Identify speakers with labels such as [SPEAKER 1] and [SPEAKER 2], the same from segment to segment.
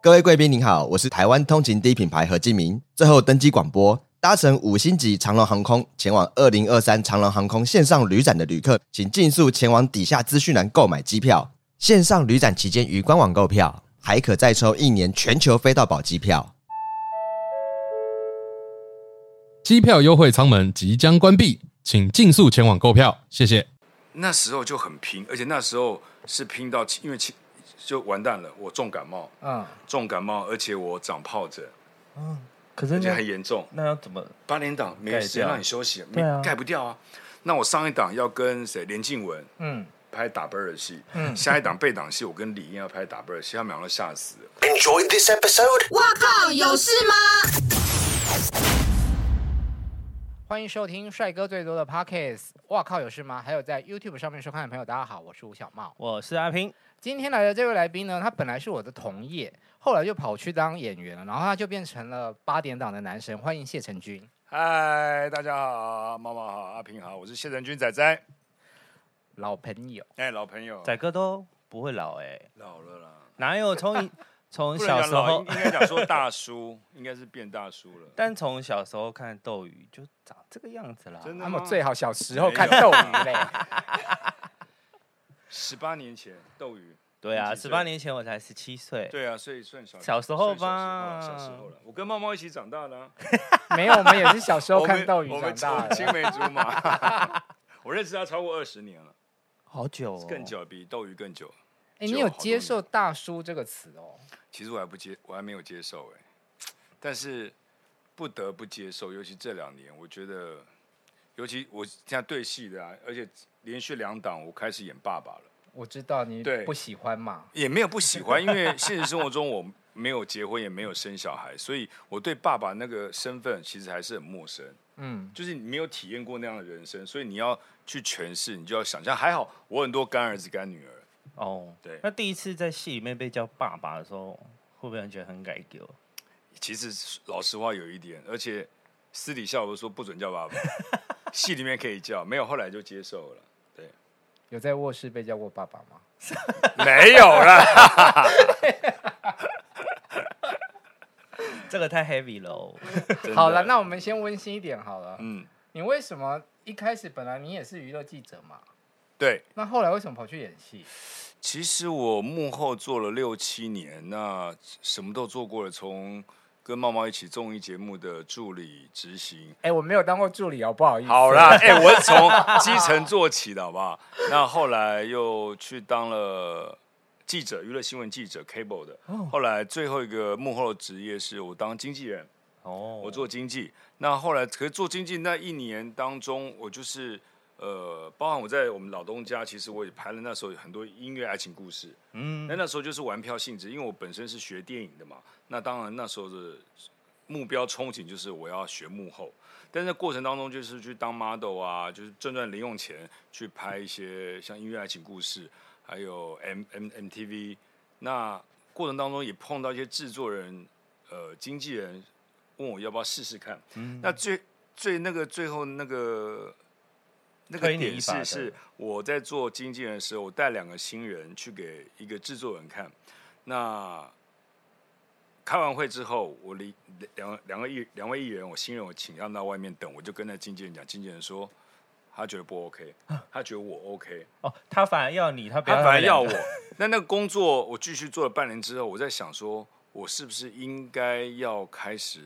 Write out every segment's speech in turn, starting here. [SPEAKER 1] 各位贵宾您好，我是台湾通勤第一品牌何敬明。最后登机广播，搭乘五星级长龙航空前往二零二三长龙航空线上旅展的旅客，请尽速前往底下资讯栏购买机票。线上旅展期间于官网购票，还可再抽一年全球飞到宝机票。
[SPEAKER 2] 机票优惠舱门即将关闭，请尽速前往购票，谢谢。
[SPEAKER 3] 那时候就很拼，而且那时候是拼到，因为其就完蛋了，我重感冒，
[SPEAKER 4] 啊，
[SPEAKER 3] 重感冒，而且我长疱疹，
[SPEAKER 4] 嗯可是
[SPEAKER 3] 而且
[SPEAKER 4] 那
[SPEAKER 3] 还严重。
[SPEAKER 4] 那要怎么？
[SPEAKER 3] 八连档没
[SPEAKER 4] 盖
[SPEAKER 3] 时间
[SPEAKER 4] 掉
[SPEAKER 3] 让你休息，没
[SPEAKER 4] 对啊
[SPEAKER 3] 盖不掉啊。那我上一档要跟谁？连静文
[SPEAKER 4] 嗯，
[SPEAKER 3] 拍打啵的戏，下一档背档戏我跟李英要拍打啵的戏，他们两个都吓死了。
[SPEAKER 5] Enjoyed this episode?
[SPEAKER 6] 哇靠，有事吗？
[SPEAKER 7] 欢迎收听帅哥最多的 Pockets。哇靠，有事吗？还有在 YouTube 上面收看的朋友，大家好，我是吴小茂。
[SPEAKER 4] 我是阿平，
[SPEAKER 7] 今天来的这位来宾呢，他本来是我的同业，后来就跑去当演员了，然后他就变成了八点档的男神。欢迎谢承君。
[SPEAKER 3] 嗨，大家好，妈妈好，阿平好，我是谢仁君仔仔，
[SPEAKER 7] 老朋友，
[SPEAKER 3] 哎，老朋友，
[SPEAKER 4] 仔哥都不会老哎、
[SPEAKER 3] 老了啦，
[SPEAKER 4] 哪 有从以从
[SPEAKER 3] 不能
[SPEAKER 4] 小
[SPEAKER 3] 讲
[SPEAKER 4] 时
[SPEAKER 3] 老，
[SPEAKER 4] 候
[SPEAKER 3] 应，该讲说大叔，应该是变大叔了。
[SPEAKER 4] 但从小时候看斗鱼就长这个样子啦。
[SPEAKER 3] 真的
[SPEAKER 7] 那
[SPEAKER 3] 吗
[SPEAKER 7] 么？最好小时候看斗鱼嘞。
[SPEAKER 3] 嗯十八年前斗鱼，
[SPEAKER 4] 对啊，
[SPEAKER 3] 你几
[SPEAKER 4] 十
[SPEAKER 3] 岁
[SPEAKER 4] 八年前我才十七岁，
[SPEAKER 3] 对啊，所以算小
[SPEAKER 4] 小时候吧
[SPEAKER 3] 算小时候了小时候了。我跟猫猫一起长大的啊、
[SPEAKER 7] 没有，我们也是小时候
[SPEAKER 3] 我
[SPEAKER 7] 看
[SPEAKER 3] 们
[SPEAKER 7] 斗鱼
[SPEAKER 3] 我
[SPEAKER 7] 长
[SPEAKER 3] 们
[SPEAKER 7] 大
[SPEAKER 3] 青
[SPEAKER 7] 的。
[SPEAKER 3] 梅竹马。我认识他超过二十年了，
[SPEAKER 4] 好久、哦，
[SPEAKER 3] 更。久，比斗鱼更久。
[SPEAKER 7] 哎，你有接受“大叔”这个词哦？
[SPEAKER 3] 其实我还不接，我还没有接受哎、但是不得不接受，尤其这两年，我觉得，尤其我现在对戏的啊，而且连续两档我开始演爸爸了，
[SPEAKER 7] 我知道你
[SPEAKER 3] 对
[SPEAKER 7] 不喜欢嘛。
[SPEAKER 3] 也没有不喜欢，因为现实生活中我没有结婚，也没有生小孩，所以我对爸爸那个身份其实还是很陌生。
[SPEAKER 7] 嗯，
[SPEAKER 3] 就是你没有体验过那样的人生，所以你要去诠释，你就要想象。还好我很多干儿子、干女儿，
[SPEAKER 4] 哦，
[SPEAKER 3] 对
[SPEAKER 4] 那第一次在戏里面被叫爸爸的时候，会不会觉得很改丢？
[SPEAKER 3] 其实老实话有一点，而且私底下我都说不准叫爸爸，戏里面可以叫，没有后来就接受了。对，
[SPEAKER 7] 有在卧室被叫过爸爸吗？
[SPEAKER 3] 没有啦，
[SPEAKER 4] 这个太 heavy 了 哦。
[SPEAKER 3] 真的
[SPEAKER 7] 好了，那我们先温馨一点好了。
[SPEAKER 3] 嗯，
[SPEAKER 7] 你为什么一开始本来你也是娱乐记者嘛？
[SPEAKER 3] 对，
[SPEAKER 7] 那后来为什么跑去演戏？
[SPEAKER 3] 其实我幕后做了六七年，那什么都做过了，从跟猫猫一起综艺节目的助理、执行，
[SPEAKER 7] 哎、我没有当过助理哦，不好意思。
[SPEAKER 3] 好啦， 哎、我是从基层做起的，好不好？那后来又去当了记者，娱乐新闻记者 cable 的。后来最后一个幕后的职业是我当经纪人，
[SPEAKER 4] 哦，
[SPEAKER 3] 我做经纪。那后来可是做经纪那一年当中，我就是呃，包含我在我们老东家，其实我也拍了那时候很多音乐爱情故事。
[SPEAKER 4] 嗯
[SPEAKER 3] 那那时候就是玩票性质，因为我本身是学电影的嘛，那当然那时候的目标憧憬就是我要学幕后，但是在过程当中就是去当 model 啊，就是挣赚零用钱去拍一些像音乐爱情故事，还有 M M M T V，那过程当中也碰到一些制作人、呃经纪人问我要不要试试看，
[SPEAKER 4] 嗯
[SPEAKER 3] 那最最那个最后那个那个
[SPEAKER 4] 推你一
[SPEAKER 3] 点
[SPEAKER 4] 把
[SPEAKER 3] 是
[SPEAKER 4] 的
[SPEAKER 3] 是我在做经纪人的时候，我带两个新人去给一个制作人看。那开完会之后，我离两两个艺两位艺人，我新人我请他们到外面等，我就跟那经纪人讲，经纪人说他觉得不 OK，他
[SPEAKER 4] 啊
[SPEAKER 3] 觉得我 OK，
[SPEAKER 4] 哦，他反而要你，他不
[SPEAKER 3] 他
[SPEAKER 4] 要
[SPEAKER 3] 反而
[SPEAKER 4] 们两
[SPEAKER 3] 要
[SPEAKER 4] 个
[SPEAKER 3] 我。 那那个工作我继续做了半年之后，我在想说，我是不是应该要开始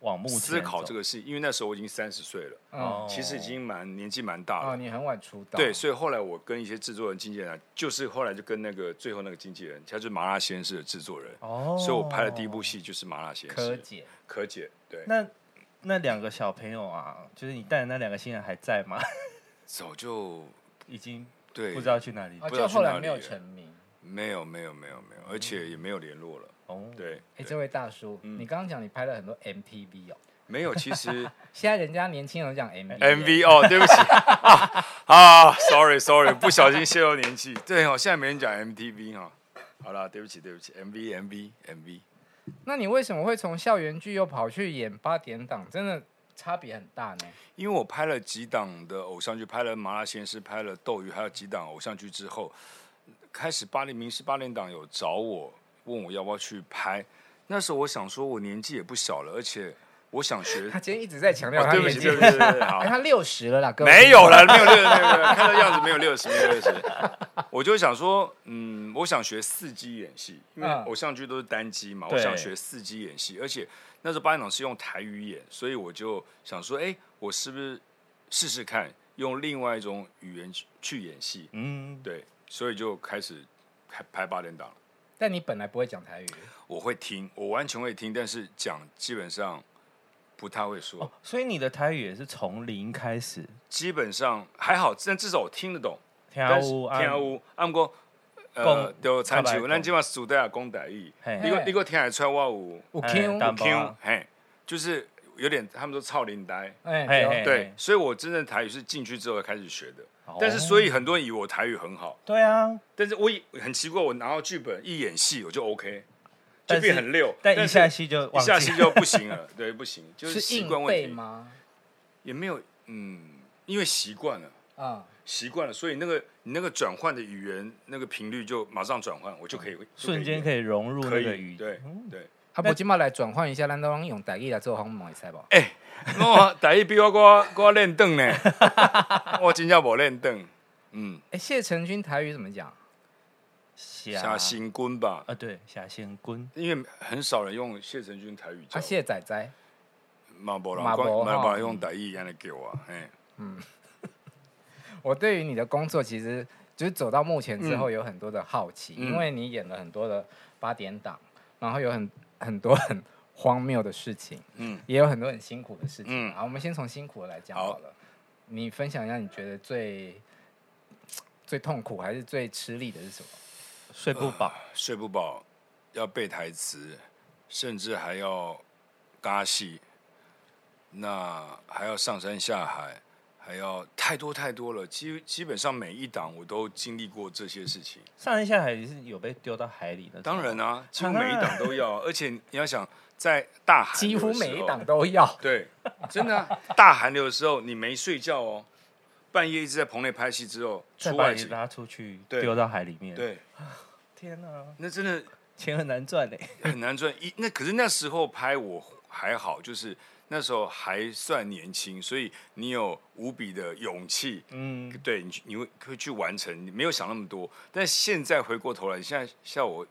[SPEAKER 4] 往目前哦
[SPEAKER 3] 思考这
[SPEAKER 4] 个。
[SPEAKER 3] 个事？因为那时候我已经三十岁了，
[SPEAKER 7] 嗯，
[SPEAKER 3] 其实已经蛮年纪蛮大
[SPEAKER 7] 哦，
[SPEAKER 3] 了。
[SPEAKER 7] 你很晚出
[SPEAKER 3] 哦
[SPEAKER 7] 道。
[SPEAKER 3] 对，所以后来我跟一些制作人、经纪人啊，就是后来就跟那个最后那个经纪人，他就是麻辣鲜师的制作人，
[SPEAKER 4] 哦，
[SPEAKER 3] 所以我拍的第一部戏就是麻辣鲜师。
[SPEAKER 7] 柯姐，
[SPEAKER 3] 柯姐，对，
[SPEAKER 4] 那那两个小朋友啊，就是你带的那两个新人还在吗？
[SPEAKER 3] 早就
[SPEAKER 4] 已经
[SPEAKER 3] 对，
[SPEAKER 4] 不知道去哪里
[SPEAKER 7] 啊，
[SPEAKER 3] 不知道
[SPEAKER 7] 就
[SPEAKER 3] 去
[SPEAKER 7] 后
[SPEAKER 3] 哪
[SPEAKER 7] 来
[SPEAKER 3] 里
[SPEAKER 7] 没有
[SPEAKER 3] 了
[SPEAKER 7] 成名。
[SPEAKER 3] 没有没有没有没有，而且也没有联络了。
[SPEAKER 4] 嗯哦。，
[SPEAKER 3] 对，嗯
[SPEAKER 7] 哎、
[SPEAKER 3] 对
[SPEAKER 7] 这位大叔，你刚刚讲你拍了很多 MTV 哦，
[SPEAKER 3] 没有，其实
[SPEAKER 7] 现在人家年轻人讲 MV。
[SPEAKER 3] MV 哦，对不起 啊啊，sorry sorry，不小心泄露年纪。对哦，现在没人讲 MTV 哈、哦好啦，对不起对不起，MV MV MV。
[SPEAKER 7] 那你为什么会从校园剧又跑去演八点档？真的差别很大呢。
[SPEAKER 3] 因为我拍了几档的偶像剧，拍了《麻辣鲜师》，拍了《斗鱼》，还有几档偶像剧之后，开始八零明视八零档有找我问我要不要去拍。那时候我想说，我年纪也不小了，而且我想学。
[SPEAKER 7] 他今天一直在强调
[SPEAKER 3] 啊，
[SPEAKER 7] 他
[SPEAKER 3] 对不
[SPEAKER 7] 年
[SPEAKER 3] 起，
[SPEAKER 7] 纪
[SPEAKER 3] 对，不起，对不起，好
[SPEAKER 7] 哎，他六十了啦，各位。
[SPEAKER 3] 没有 了，没有六十，没有没有，看到样子没有六十，没有六十。我就想说，嗯，我想学四机演戏，因为
[SPEAKER 7] 嗯
[SPEAKER 3] 偶像剧都是单机嘛，
[SPEAKER 4] 对
[SPEAKER 3] 我想学四机演戏，而且那时候八点档是用台语演，所以我就想说，哎、我是不是试试看用另外一种语言去去演戏？
[SPEAKER 4] 嗯，
[SPEAKER 3] 对，所以就开始拍拍八点档了。
[SPEAKER 7] 但你本来不会讲台语，
[SPEAKER 3] 我会听，我完全会听，但是讲基本上不太会说。
[SPEAKER 4] 哦，所以你的台语也是从零开始，
[SPEAKER 3] 基本上还好，但至少我听得懂。
[SPEAKER 4] 天
[SPEAKER 3] 但是
[SPEAKER 4] 乌
[SPEAKER 3] 听
[SPEAKER 4] 乌，
[SPEAKER 3] 有，啊，毋过呃
[SPEAKER 4] 讲，
[SPEAKER 3] 就参
[SPEAKER 4] 较歹
[SPEAKER 3] 照
[SPEAKER 4] 讲
[SPEAKER 3] 咱即马时代也讲台语，
[SPEAKER 4] 嘿
[SPEAKER 3] 你
[SPEAKER 7] 因为
[SPEAKER 3] 个你个听得出来我有
[SPEAKER 7] 我
[SPEAKER 4] 哎
[SPEAKER 7] Q，
[SPEAKER 4] 但
[SPEAKER 3] 腔，嘿，就是有点他们说操林呆，
[SPEAKER 7] 哎
[SPEAKER 4] 嘿
[SPEAKER 7] 对
[SPEAKER 4] 嘿
[SPEAKER 3] 对，所以我真正台语是进去之后开始学的
[SPEAKER 4] 哦，
[SPEAKER 3] 但是所以很多人以为我台语很好，
[SPEAKER 4] 对啊，
[SPEAKER 3] 但是我以很奇怪，我拿到剧本一演戏我就 OK，
[SPEAKER 4] 但
[SPEAKER 3] 就是变很溜，
[SPEAKER 4] 但一
[SPEAKER 3] 是
[SPEAKER 4] 下戏就
[SPEAKER 3] 一
[SPEAKER 4] 忘
[SPEAKER 3] 下
[SPEAKER 4] 记
[SPEAKER 3] 戏就不行了，对，不行，就是习
[SPEAKER 7] 硬
[SPEAKER 3] 惯
[SPEAKER 7] 背
[SPEAKER 3] 问题，
[SPEAKER 7] 吗？
[SPEAKER 3] 也没有，嗯，因为习惯了。
[SPEAKER 7] 啊，
[SPEAKER 3] 习惯了，所以那个你那个转换的语言那个频率就马上转换，我就可以
[SPEAKER 4] 嗯瞬间可
[SPEAKER 3] 以
[SPEAKER 4] 以融入
[SPEAKER 3] 可
[SPEAKER 4] 那
[SPEAKER 3] 以
[SPEAKER 4] 个语
[SPEAKER 3] 对
[SPEAKER 4] 嗯
[SPEAKER 3] 对。
[SPEAKER 7] 啊，不，今麦来转换一下，咱都能用台语来做红毛菜吧？
[SPEAKER 3] 哎，我台语比我我我练凳呢， 我真正无练凳，嗯，
[SPEAKER 7] 哎，谢承君台语怎么讲？啊
[SPEAKER 4] 下
[SPEAKER 3] 下新棍吧，
[SPEAKER 4] 啊，对，下先滚，
[SPEAKER 3] 因为很少人用谢承君台语
[SPEAKER 7] 啊，
[SPEAKER 3] 讲，
[SPEAKER 7] 谢仔仔，
[SPEAKER 3] 马博人
[SPEAKER 7] 嘛
[SPEAKER 3] 讲，
[SPEAKER 7] 无
[SPEAKER 3] 马
[SPEAKER 7] 哈
[SPEAKER 3] 博
[SPEAKER 4] 嗯
[SPEAKER 3] 用台语安尼叫我，嘿，
[SPEAKER 7] 我对于你的工作其实就是走到目前之后有很多的好奇，
[SPEAKER 3] 嗯
[SPEAKER 7] 因为你演了很多的八点档，然后有很很多很荒谬的事情，
[SPEAKER 3] 嗯，
[SPEAKER 7] 也有很多很辛苦的事情。
[SPEAKER 3] 嗯
[SPEAKER 7] 好，我们先从辛苦的来讲
[SPEAKER 3] 好
[SPEAKER 7] 好了。你分享一下你觉得最最痛苦还是最吃力的是什么？
[SPEAKER 4] 睡不饱，
[SPEAKER 3] 睡不饱，要背台词，甚至还要搭戏，那还要上山下海，还要太多太多了。基基本上每一档我都经历过这些事情。
[SPEAKER 4] 上山下海也是有被丢到海里的，
[SPEAKER 3] 当然啊，几乎每一档都 要，而且你要想在大寒
[SPEAKER 7] 几
[SPEAKER 3] 流
[SPEAKER 7] 乎
[SPEAKER 3] 哎的时候，
[SPEAKER 7] 每一档都要。
[SPEAKER 3] 对，真的啊、大寒流的时候你没睡觉哦，半夜一直在棚内拍戏之后
[SPEAKER 4] 再
[SPEAKER 3] 出
[SPEAKER 4] 把
[SPEAKER 3] 外
[SPEAKER 4] 你
[SPEAKER 3] 景，
[SPEAKER 4] 拉出去
[SPEAKER 3] 对
[SPEAKER 4] 丢到海里面，，
[SPEAKER 3] 对，
[SPEAKER 7] 啊
[SPEAKER 4] 天哪，
[SPEAKER 3] 那真的
[SPEAKER 4] 钱很难赚嘞，
[SPEAKER 3] 很难赚。一那可是那时候拍我还好，就是那时候还算年轻，所以你有无比的勇气，
[SPEAKER 4] 嗯，
[SPEAKER 3] 对你去你会会去完成，你没有想那么多。但现在回过头来，现在像我，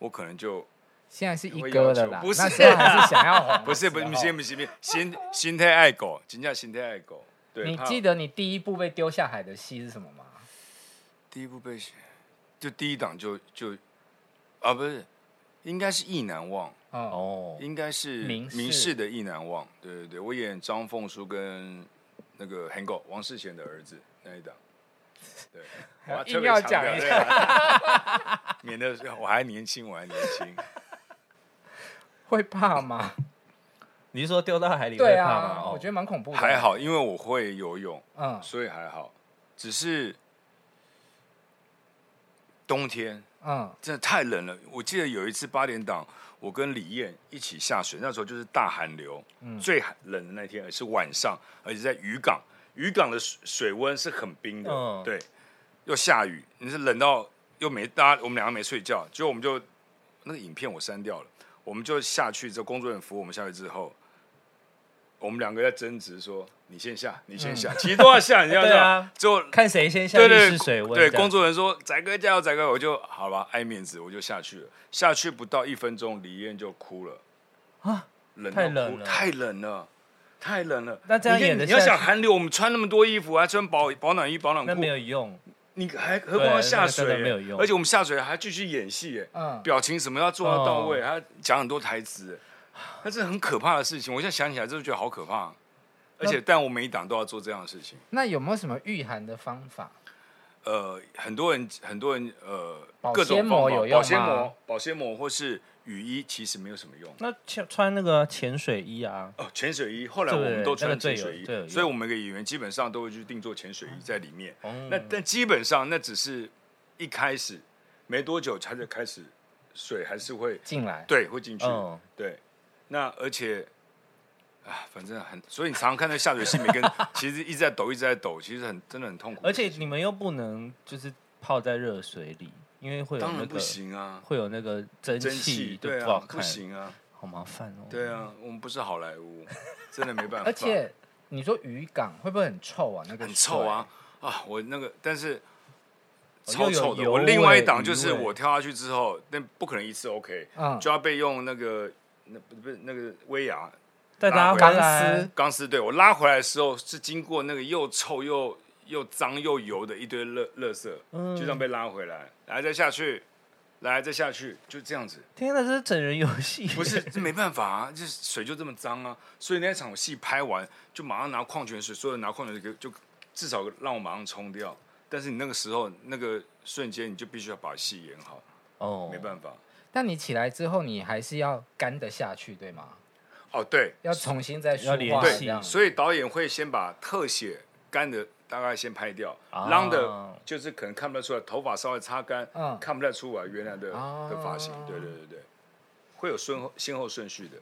[SPEAKER 3] 我可能就
[SPEAKER 7] 现在是一
[SPEAKER 3] 会
[SPEAKER 7] 哥
[SPEAKER 3] 要
[SPEAKER 7] 的
[SPEAKER 3] 求
[SPEAKER 7] 啦，
[SPEAKER 3] 不是
[SPEAKER 7] 那现在还是想要 红的
[SPEAKER 3] 不是不是
[SPEAKER 7] 时
[SPEAKER 3] 不
[SPEAKER 7] 候
[SPEAKER 3] 是不是不是心心态爱狗，真叫心态爱狗。对，
[SPEAKER 7] 你
[SPEAKER 3] 怕
[SPEAKER 7] 记得你第一部被丢下海的戏是什么吗？
[SPEAKER 3] 第一部被就第一档就就啊不是，应该是意难忘。
[SPEAKER 7] 哦，
[SPEAKER 4] 哦，
[SPEAKER 3] 应该是
[SPEAKER 7] 明示
[SPEAKER 3] 明世的意难忘，对对对，我演张凤书跟那个 Hango 王世贤的儿子那一档， 对，我
[SPEAKER 7] 硬
[SPEAKER 3] 特别
[SPEAKER 7] 要
[SPEAKER 3] 强
[SPEAKER 7] 讲
[SPEAKER 3] 调
[SPEAKER 7] 一
[SPEAKER 3] 这个 免得我还年轻，我还年轻，
[SPEAKER 7] 会怕吗？
[SPEAKER 4] 你是说丢到海里
[SPEAKER 7] 对
[SPEAKER 4] 会怕吗？
[SPEAKER 7] 啊，
[SPEAKER 4] 哦
[SPEAKER 7] 我觉得蛮恐怖的。
[SPEAKER 3] 还，好，因为我会游泳，
[SPEAKER 7] 嗯
[SPEAKER 3] 所以还好，只是冬天
[SPEAKER 7] 嗯，
[SPEAKER 3] 真的太冷了。我记得有一次八点档，我跟李艳一起下水，那时候就是大寒流，
[SPEAKER 4] 嗯
[SPEAKER 3] 最寒冷的那天，而是晚上，而且在渔港，渔港的水水温是很冰的，
[SPEAKER 4] 嗯
[SPEAKER 3] 对，又下雨，你是冷到又没大家，我们两个没睡觉，结果我们就那个影片我删掉了，我们就下去，这工作人员扶我们下去之后。我们两个在争执，说你先下，你先下，其实都要下，你要
[SPEAKER 4] 嗯 对
[SPEAKER 3] 下
[SPEAKER 4] 啊，
[SPEAKER 3] 最后
[SPEAKER 4] 看谁先下
[SPEAKER 3] 对
[SPEAKER 4] 意
[SPEAKER 3] 对
[SPEAKER 4] 识水温，
[SPEAKER 3] 对，
[SPEAKER 4] 这样
[SPEAKER 3] 工作人员说：“仔哥加油，仔哥！”我就好吧，爱面子，我就下去了。下去不到一分钟，李艳就哭了
[SPEAKER 4] 啊，
[SPEAKER 3] 冷
[SPEAKER 4] 太
[SPEAKER 3] 到
[SPEAKER 4] 冷
[SPEAKER 3] 哭
[SPEAKER 4] 了
[SPEAKER 3] 太冷了，太冷了。
[SPEAKER 4] 那这样
[SPEAKER 3] 你看
[SPEAKER 4] 演得
[SPEAKER 3] 你要
[SPEAKER 4] 下去
[SPEAKER 3] 想寒流，我们穿那么多衣服，还穿保保暖衣、保暖
[SPEAKER 4] 那没
[SPEAKER 3] 裤，
[SPEAKER 4] 有用，
[SPEAKER 3] 你还何况要
[SPEAKER 4] 对
[SPEAKER 3] 下
[SPEAKER 4] 那个真的
[SPEAKER 3] 水耶，
[SPEAKER 4] 没有用
[SPEAKER 3] 而且我们下水还继续演戏耶，
[SPEAKER 7] 嗯
[SPEAKER 3] 表情什么要做到到位，
[SPEAKER 4] 哦
[SPEAKER 3] 还要讲很多台词，那是很可怕的事情。我现在想起来，真的觉得好可怕。而且，但我每一档都要做这样的事情。
[SPEAKER 7] 那有没有什么御寒的方法？
[SPEAKER 3] 呃，很多人很多人呃
[SPEAKER 7] 保，
[SPEAKER 3] 各种
[SPEAKER 7] 鲜
[SPEAKER 3] 方
[SPEAKER 7] 膜
[SPEAKER 3] 法
[SPEAKER 7] 有，用
[SPEAKER 3] 保鲜
[SPEAKER 7] 吗
[SPEAKER 3] 膜、保鲜膜或是雨衣，其实没有什么用。
[SPEAKER 4] 那穿穿那个潜水衣啊，
[SPEAKER 3] 哦，潜水衣，后来
[SPEAKER 4] 对
[SPEAKER 3] 我们都
[SPEAKER 4] 那
[SPEAKER 3] 穿
[SPEAKER 4] 个最
[SPEAKER 3] 潜
[SPEAKER 4] 有
[SPEAKER 3] 水衣
[SPEAKER 4] 最有，用
[SPEAKER 3] 所以我们每个演员基本上都会去定做潜水衣在里面。
[SPEAKER 4] 哦
[SPEAKER 3] 那但基本上那只是一开始，没多久它就开始水还是会
[SPEAKER 7] 进来，
[SPEAKER 3] 对会进去，
[SPEAKER 4] 嗯
[SPEAKER 3] 对。那而且啊，反正很，所以你常常看到下水戏，每个人 其实一直在抖，一直在抖，其实很真的很痛苦。
[SPEAKER 4] 而且你们又不能就是泡在热水里，因为会有
[SPEAKER 3] 当
[SPEAKER 4] 那
[SPEAKER 3] 然不
[SPEAKER 4] 个
[SPEAKER 3] 行啊，
[SPEAKER 4] 会有那个蒸
[SPEAKER 3] 蒸汽
[SPEAKER 4] 就
[SPEAKER 3] 对
[SPEAKER 4] 不好
[SPEAKER 3] 啊，
[SPEAKER 4] 看，
[SPEAKER 3] 不行啊，
[SPEAKER 4] 好麻烦哦。
[SPEAKER 3] 对啊，我们不是好莱坞，真的没办法，
[SPEAKER 7] 而且你说渔港会不会很臭啊？那个
[SPEAKER 3] 很臭
[SPEAKER 7] 水
[SPEAKER 3] 啊，啊！我那个但是
[SPEAKER 4] 哦
[SPEAKER 3] 超
[SPEAKER 4] 又有
[SPEAKER 3] 臭的。
[SPEAKER 4] 油
[SPEAKER 3] 我另外一
[SPEAKER 4] 味
[SPEAKER 3] 档
[SPEAKER 4] 鱼
[SPEAKER 3] 就是
[SPEAKER 4] 味
[SPEAKER 3] 我跳下去之后，那不可能一次 OK，
[SPEAKER 7] 嗯，
[SPEAKER 3] 就要被用那个那不不是那个威亚
[SPEAKER 4] 带大
[SPEAKER 3] 拉
[SPEAKER 4] 家
[SPEAKER 3] 回
[SPEAKER 4] 回
[SPEAKER 7] 来
[SPEAKER 4] 来，
[SPEAKER 3] 钢丝，对我拉回来的时候是经过那个又臭又又脏又油的一堆垃垃圾，
[SPEAKER 4] 嗯
[SPEAKER 3] 就这样被拉回来，来再下去，来再下去，就这样子。
[SPEAKER 4] 天哪，这是整人游戏，
[SPEAKER 3] 不是，这没办法啊，就是水就这么脏啊，所以那场戏拍完就马上拿矿泉水，所有人拿矿泉水给就至少让我马上冲掉。但是你那个时候那个瞬间，你就必须要把戏演好，
[SPEAKER 4] 哦，
[SPEAKER 3] 没办法。
[SPEAKER 7] 但你起来之后，你还是要干得下去，对吗？
[SPEAKER 3] 哦，对
[SPEAKER 7] 要重新再说
[SPEAKER 4] 要联
[SPEAKER 7] 话
[SPEAKER 3] 对
[SPEAKER 7] 这样。
[SPEAKER 3] 所以导演会先把特写干的大概先拍掉，
[SPEAKER 4] 啊
[SPEAKER 3] 浪的就是可能看不太出来，头发稍微擦干，
[SPEAKER 7] 嗯
[SPEAKER 3] 看不太出来原来的、
[SPEAKER 7] 啊
[SPEAKER 3] 的发型。对对对对，会有顺后先后顺序的。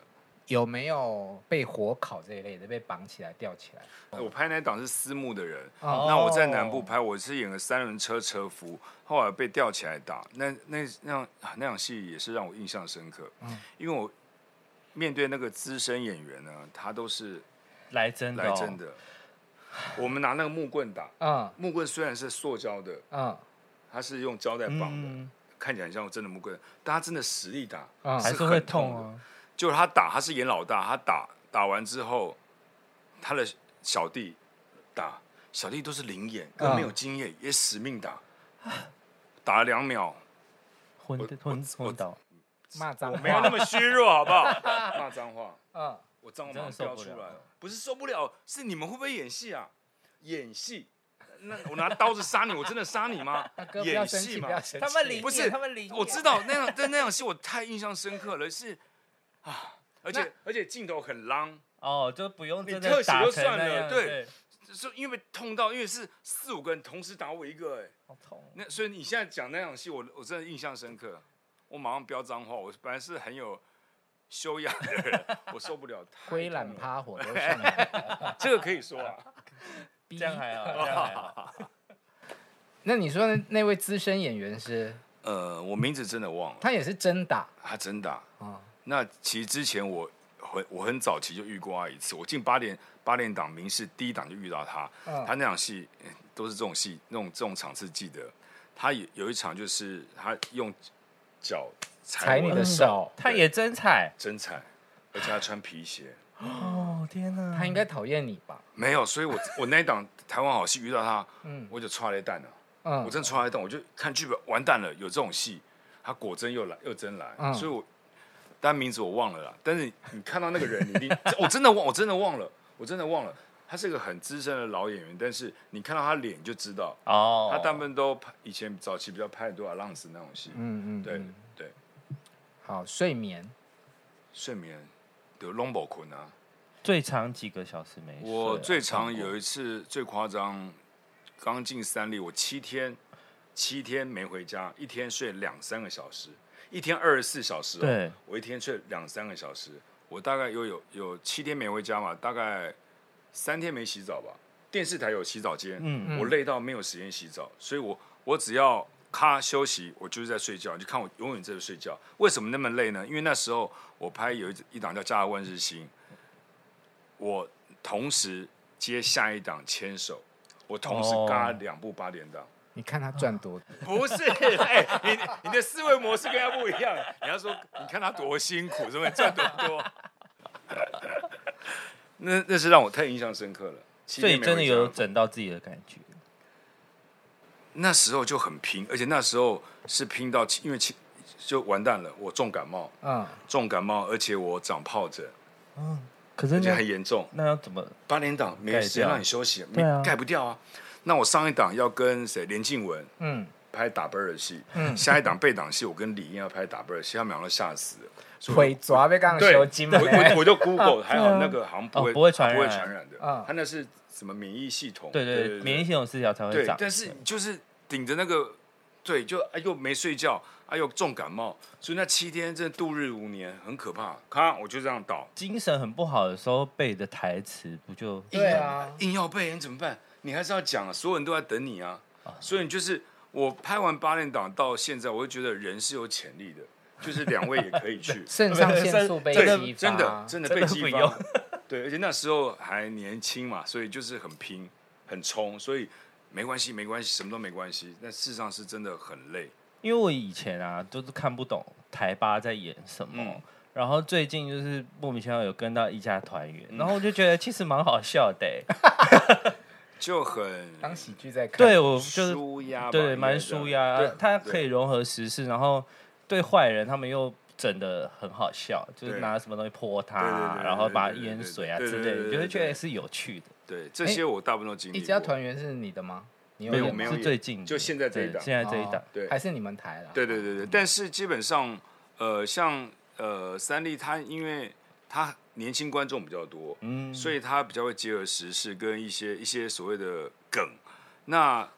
[SPEAKER 7] 有没有被火烤这一类的，被绑起来吊起来？
[SPEAKER 3] 我拍那档是私募的人，
[SPEAKER 7] 哦
[SPEAKER 3] 那我在南部拍，我是演个三轮车车夫，后来被吊起来打。那那那样啊那场戏也是让我印象深刻，
[SPEAKER 4] 嗯
[SPEAKER 3] 因为我面对那个资深演员呢，他都是
[SPEAKER 4] 来真的、
[SPEAKER 3] 来
[SPEAKER 4] 哦，
[SPEAKER 3] 真的。我们拿那个木棍打，
[SPEAKER 7] 嗯
[SPEAKER 3] 木棍虽然是塑胶的，
[SPEAKER 7] 嗯
[SPEAKER 3] 它是用胶带绑的，
[SPEAKER 4] 嗯
[SPEAKER 3] 看起来很像真的木棍，但他真的实力打，
[SPEAKER 7] 嗯，
[SPEAKER 4] 还
[SPEAKER 3] 是
[SPEAKER 4] 是会
[SPEAKER 3] 很痛
[SPEAKER 4] 痛啊。
[SPEAKER 3] 就是他打，他是演老大，他打打完之后，他的小弟打，小弟都是零演，
[SPEAKER 7] 嗯
[SPEAKER 3] 更没有经验，也死命打，打了两秒，
[SPEAKER 4] 昏
[SPEAKER 3] 我
[SPEAKER 4] 昏
[SPEAKER 3] 我
[SPEAKER 4] 昏倒，
[SPEAKER 7] 骂脏
[SPEAKER 3] 我没有那
[SPEAKER 7] 话，
[SPEAKER 3] 么虚弱，好不 好？骂脏话，
[SPEAKER 7] 嗯，
[SPEAKER 3] 我脏话
[SPEAKER 4] 真
[SPEAKER 3] 马
[SPEAKER 4] 的
[SPEAKER 3] 上飙
[SPEAKER 4] 受不
[SPEAKER 3] 出
[SPEAKER 4] 了
[SPEAKER 3] 来了，不是受不了，是你们会不会演戏啊？演戏。那我拿刀子杀你，我真的杀你吗
[SPEAKER 7] 大？哥不要
[SPEAKER 3] 演
[SPEAKER 7] 生
[SPEAKER 3] 戏
[SPEAKER 7] 气，
[SPEAKER 3] 嘛
[SPEAKER 7] 不，要生气，
[SPEAKER 4] 他们领
[SPEAKER 3] 不是
[SPEAKER 4] 他们领，
[SPEAKER 3] 我知道那样，但那场戏我太印象深刻了，是啊，而且而且镜头很浪，
[SPEAKER 4] 哦，就不用
[SPEAKER 3] 你
[SPEAKER 4] 真的
[SPEAKER 3] 特写
[SPEAKER 4] 打
[SPEAKER 3] 就
[SPEAKER 4] 成
[SPEAKER 3] 算
[SPEAKER 4] 那
[SPEAKER 3] 了
[SPEAKER 4] 样
[SPEAKER 3] 对
[SPEAKER 4] 对，
[SPEAKER 3] 就是因为痛到，因为是四五个人同时打我一个、哎，
[SPEAKER 4] 好痛哦。
[SPEAKER 3] 那所以你现在讲那场戏，我我真的印象深刻，我马上飙脏话，我本来是很有修养的人，我受不了太
[SPEAKER 7] 灰
[SPEAKER 3] 痛
[SPEAKER 7] 懒
[SPEAKER 3] 了
[SPEAKER 7] 趴火都上 来了。
[SPEAKER 3] 这个可以说啊，
[SPEAKER 7] 逼
[SPEAKER 4] 这 样还好，这样还好。
[SPEAKER 7] 那你说那那位资深演员是，
[SPEAKER 3] 呃，我名字真的忘了，
[SPEAKER 7] 他也是真打
[SPEAKER 3] 他真打、
[SPEAKER 7] 啊？
[SPEAKER 3] 那其实之前我很我很早期就遇过他一次，我进八点八点档民视第一档就遇到他，
[SPEAKER 7] 嗯
[SPEAKER 3] 他那场戏哎都是这种戏，那种这种场次记得。他有有一场就是他用脚踩
[SPEAKER 7] 踩
[SPEAKER 3] 我
[SPEAKER 7] 你的手，
[SPEAKER 4] 他也真踩
[SPEAKER 3] 真踩，而且他穿皮鞋，
[SPEAKER 4] 哦！天哪，
[SPEAKER 7] 他应该讨厌你吧？
[SPEAKER 3] 没有，所以我我那一档台湾好戏遇到他，
[SPEAKER 7] 嗯
[SPEAKER 3] 我就踹了一蛋了，我
[SPEAKER 7] 嗯，
[SPEAKER 3] 真的踹了一蛋，我就看剧本完蛋了，有这种戏，他果真又来又真来，
[SPEAKER 7] 嗯
[SPEAKER 3] 所以我但名字我忘了啦，但是你看到那个人，你一定 我真的忘，我真的忘了，我真的忘了，他是个很资深的老演员，但是你看到他脸就知道，
[SPEAKER 4] 哦，
[SPEAKER 3] 他大部分都拍以前早期比较拍很多阿浪斯那种戏，
[SPEAKER 7] 嗯嗯，
[SPEAKER 3] 对
[SPEAKER 7] 嗯
[SPEAKER 3] 对，
[SPEAKER 7] 好，睡眠
[SPEAKER 3] 睡眠有 l o m b o 困啊。
[SPEAKER 4] 最长几个小时没睡啊？
[SPEAKER 3] 我最长
[SPEAKER 4] 看过
[SPEAKER 3] 有一次最夸张，刚进三立，我七天七天没回家，一天睡两三个小时，一天二十四小时、哦，
[SPEAKER 4] 对，
[SPEAKER 3] 我一天睡两三个小时，我大概有有有七天没回家嘛，大概三天没洗澡吧。电视台有洗澡间，
[SPEAKER 4] 嗯
[SPEAKER 3] 我累到没有时间洗澡，所以我我只要咔休息，我就是在睡觉，你就看我永远在睡觉。为什么那么累呢？因为那时候我拍有一一档叫《家的万事兴》，我同时接下一档《牵手》，我同时
[SPEAKER 4] 哦
[SPEAKER 3] 嘎两部八点档。
[SPEAKER 7] 你看他赚
[SPEAKER 3] 啊
[SPEAKER 7] 多，
[SPEAKER 3] 不 是，哎、你你的思维模式跟他不一样。你要说，你看他多辛苦，什么赚多多， 那那是让我太印象深刻了。七
[SPEAKER 4] 所以
[SPEAKER 3] 天没
[SPEAKER 4] 真的
[SPEAKER 3] 回家
[SPEAKER 4] 有整到自己的感觉。
[SPEAKER 3] 那时候就很拼，而且那时候是拼到，因为七就完蛋了，我重感冒，
[SPEAKER 7] 嗯，
[SPEAKER 3] 重感冒，而且我长疱疹，
[SPEAKER 4] 嗯，可
[SPEAKER 3] 而
[SPEAKER 4] 是
[SPEAKER 3] 且
[SPEAKER 4] 那
[SPEAKER 3] 很严重。
[SPEAKER 4] 那要怎么？
[SPEAKER 3] 八连档没
[SPEAKER 4] 盖
[SPEAKER 3] 时间
[SPEAKER 4] 掉
[SPEAKER 3] 让你休息，没
[SPEAKER 4] 对啊
[SPEAKER 3] 盖不掉啊。那我上一档要跟谁？连静文，
[SPEAKER 7] 嗯，
[SPEAKER 3] 拍打啵儿的戏，
[SPEAKER 7] 嗯
[SPEAKER 3] 下一档背档戏，我跟李英要拍打啵儿的戏，他们两个都吓死了。所以我
[SPEAKER 7] 腿抓被刚
[SPEAKER 3] 对，
[SPEAKER 7] 修筋嘛
[SPEAKER 3] 我，我我就 Google，还好
[SPEAKER 4] 对啊
[SPEAKER 3] 那个好像不会、
[SPEAKER 4] 哦不会传染
[SPEAKER 3] 不会传染的
[SPEAKER 7] 嗯，
[SPEAKER 3] 它那是什么免疫系统？
[SPEAKER 4] 对
[SPEAKER 3] 对
[SPEAKER 4] 对，免疫系统失调才会
[SPEAKER 3] 对
[SPEAKER 4] 长。，
[SPEAKER 3] 但是就是顶着那个，对，就哎又没睡觉，哎又重感冒，所以那七天真的度日如年，很可怕。咔，我就这样倒，
[SPEAKER 4] 精神很不好的时候背的台词不就？
[SPEAKER 7] 对啊，，
[SPEAKER 3] 硬要背，你怎么办？你还是要讲啊，所有人都在等你啊，所以你就是我拍完八点档到现在，我就觉得人是有潜 力的，就是两位也可以去
[SPEAKER 7] 肾上腺素被
[SPEAKER 3] 对
[SPEAKER 7] 激发，
[SPEAKER 3] 真的真的
[SPEAKER 4] 真
[SPEAKER 3] 被
[SPEAKER 4] 的
[SPEAKER 3] 激
[SPEAKER 4] 不
[SPEAKER 3] 发
[SPEAKER 4] 用
[SPEAKER 3] 了， 对，而且那时候还年轻嘛，所以就是很拼很冲，所以没关系没关系，什么都没关系，但事实上是真的很累，
[SPEAKER 4] 因为我以前啊都是看不懂台巴在演什么，
[SPEAKER 3] 嗯
[SPEAKER 4] 然后最近就是莫名其妙有跟到一家团圆，
[SPEAKER 3] 嗯
[SPEAKER 4] 然后我就觉得其实蛮好笑的欸、
[SPEAKER 3] 就很
[SPEAKER 7] 当喜剧在看，
[SPEAKER 4] 对我就是
[SPEAKER 3] 舒压吧，应
[SPEAKER 4] 对
[SPEAKER 3] 该
[SPEAKER 4] 蛮
[SPEAKER 3] 这样
[SPEAKER 4] 舒压
[SPEAKER 3] 对，
[SPEAKER 4] 它
[SPEAKER 3] 对
[SPEAKER 4] 可以融合时事，然后对坏人他们又整的很好笑，就是
[SPEAKER 3] 对
[SPEAKER 4] 拿什么东西泼他
[SPEAKER 3] 对对
[SPEAKER 4] 啊，
[SPEAKER 3] 对对
[SPEAKER 4] 然后
[SPEAKER 3] 对
[SPEAKER 4] 把
[SPEAKER 3] 对对
[SPEAKER 4] 淹
[SPEAKER 3] 对
[SPEAKER 4] 水啊
[SPEAKER 3] 对对
[SPEAKER 4] 之类
[SPEAKER 3] 对
[SPEAKER 4] 的，
[SPEAKER 3] 对
[SPEAKER 4] 就会
[SPEAKER 3] 对
[SPEAKER 4] 觉得
[SPEAKER 3] 对
[SPEAKER 4] 是有趣的。
[SPEAKER 3] 对这些我大部分都经历
[SPEAKER 7] 一
[SPEAKER 3] 过，
[SPEAKER 7] 家团圆是你的吗？你
[SPEAKER 3] 没有
[SPEAKER 7] 演
[SPEAKER 3] 没有
[SPEAKER 4] 是
[SPEAKER 3] 演
[SPEAKER 4] 最近的
[SPEAKER 3] 就现在这一
[SPEAKER 4] 对
[SPEAKER 3] 档
[SPEAKER 4] 现在这一
[SPEAKER 7] 哦
[SPEAKER 4] 档，
[SPEAKER 3] 对
[SPEAKER 7] 还是你们台了？
[SPEAKER 3] 对对对对，但是基本上，呃，像呃三立，他因为他年轻观众比较多，
[SPEAKER 4] 嗯，
[SPEAKER 3] 所以他比较会结合时事跟一些一些所谓的梗，那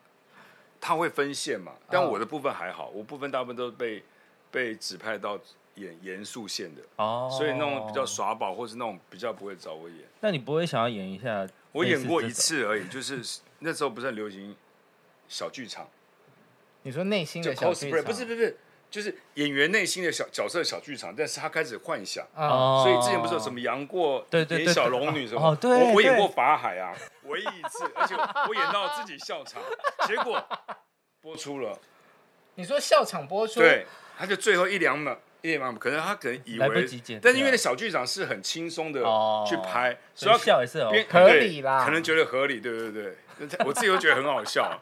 [SPEAKER 3] 他会分线嘛。但
[SPEAKER 4] 哦
[SPEAKER 3] 我的部分还好，我部分大部分都被被指派到演严肃线的，
[SPEAKER 4] 哦，
[SPEAKER 3] 所以那种比较。耍宝或是那种比较不会找我演。
[SPEAKER 4] 那你不会想要演一 下？
[SPEAKER 3] 我演过一，次而已，就是 那时候不是很流行小剧场，
[SPEAKER 7] 你说内心
[SPEAKER 3] 就
[SPEAKER 7] 的小剧
[SPEAKER 3] cosplay
[SPEAKER 7] 场，
[SPEAKER 3] 不是不是不是，就是演员内心的小角色小剧场，但是他开始幻想。
[SPEAKER 7] 啊，
[SPEAKER 3] 所以之前不是有什么杨过
[SPEAKER 4] 哦对对对
[SPEAKER 3] 演小龙女什么？
[SPEAKER 4] 哦对
[SPEAKER 3] 我我演
[SPEAKER 4] 对
[SPEAKER 3] 过法海啊，唯一一次， 而且我演到自己笑场，结果播出了，
[SPEAKER 7] 你说笑场播出，
[SPEAKER 3] 对，他就最后一两秒。一两秒，可能他可能以
[SPEAKER 4] 来不
[SPEAKER 3] 为
[SPEAKER 4] 及剪，
[SPEAKER 3] 但是因为
[SPEAKER 4] 掉
[SPEAKER 3] 那小剧场是很轻松的
[SPEAKER 4] 哦
[SPEAKER 3] 去拍，
[SPEAKER 4] 所以
[SPEAKER 3] 他
[SPEAKER 4] 笑也是 哦。
[SPEAKER 3] 边
[SPEAKER 7] 合
[SPEAKER 3] 对
[SPEAKER 7] 理啦
[SPEAKER 3] 可能觉得合理，对对对， 我自己都觉得很好笑，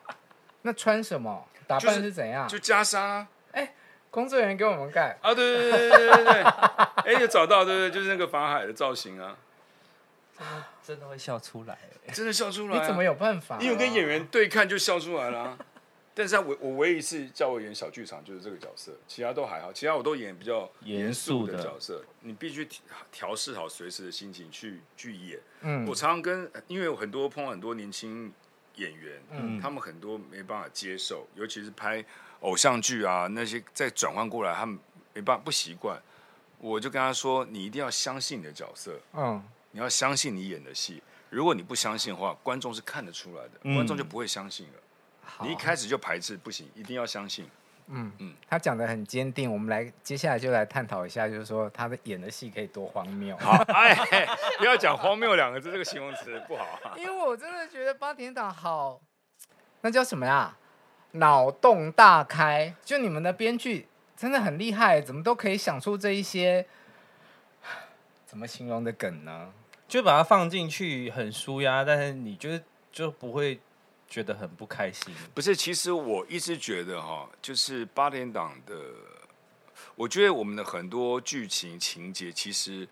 [SPEAKER 7] 那穿什么打
[SPEAKER 3] 就是
[SPEAKER 7] 扮是怎样？
[SPEAKER 3] 就袈裟啊，
[SPEAKER 7] 工作人员给我们盖，
[SPEAKER 3] 啊对对对对对对对，哎，就找到，对对，就是那个法海的造型啊，
[SPEAKER 4] 真的会笑出来。欸
[SPEAKER 3] 真的笑出来
[SPEAKER 7] 你
[SPEAKER 3] 啊，
[SPEAKER 7] 怎么有办法啊？
[SPEAKER 3] 因为跟演员对看就笑出来了、啊 但是他唯我唯一一次叫我演小剧场就是这个角色，其他都还好，其他我都演比较
[SPEAKER 4] 严
[SPEAKER 3] 严
[SPEAKER 4] 肃
[SPEAKER 3] 肃
[SPEAKER 4] 的
[SPEAKER 3] 的角色。你必须调调试好随时的心情去去演。
[SPEAKER 7] 嗯
[SPEAKER 3] 我常常跟，因为我很多碰到很多年轻演员，
[SPEAKER 7] 嗯
[SPEAKER 3] 他们很多没办法接受，尤其是拍偶像剧啊那些，再转换过来他们没办法不习惯。我就跟他说，你一定要相信你的角色，
[SPEAKER 7] 嗯，
[SPEAKER 3] 你要相信你演的戏。如果你不相信的话，观众是看得出来的，
[SPEAKER 4] 嗯
[SPEAKER 3] 观众就不会相信了。
[SPEAKER 7] 好
[SPEAKER 3] 你一开始就排斥，不行，一定要相 信。
[SPEAKER 7] 嗯
[SPEAKER 3] 嗯
[SPEAKER 7] 他讲的很坚定，我们来接下来就来探讨一下，就是说他的演的戏可以多荒谬。
[SPEAKER 3] 好，哎，不要讲荒谬两个字，这个形容词不好、啊。
[SPEAKER 7] 因为我真的觉得八点档好，那叫什么呀？脑洞大开，就你们的编剧真的很厉害，怎么都可以想出这一些 怎么形容的梗呢？
[SPEAKER 4] 就把它放进去很舒压，但是你就是就不会觉得很不开心。
[SPEAKER 3] 不是，其实我一直觉得哈，就是八点档的，我觉得我们的很多剧情情节，其实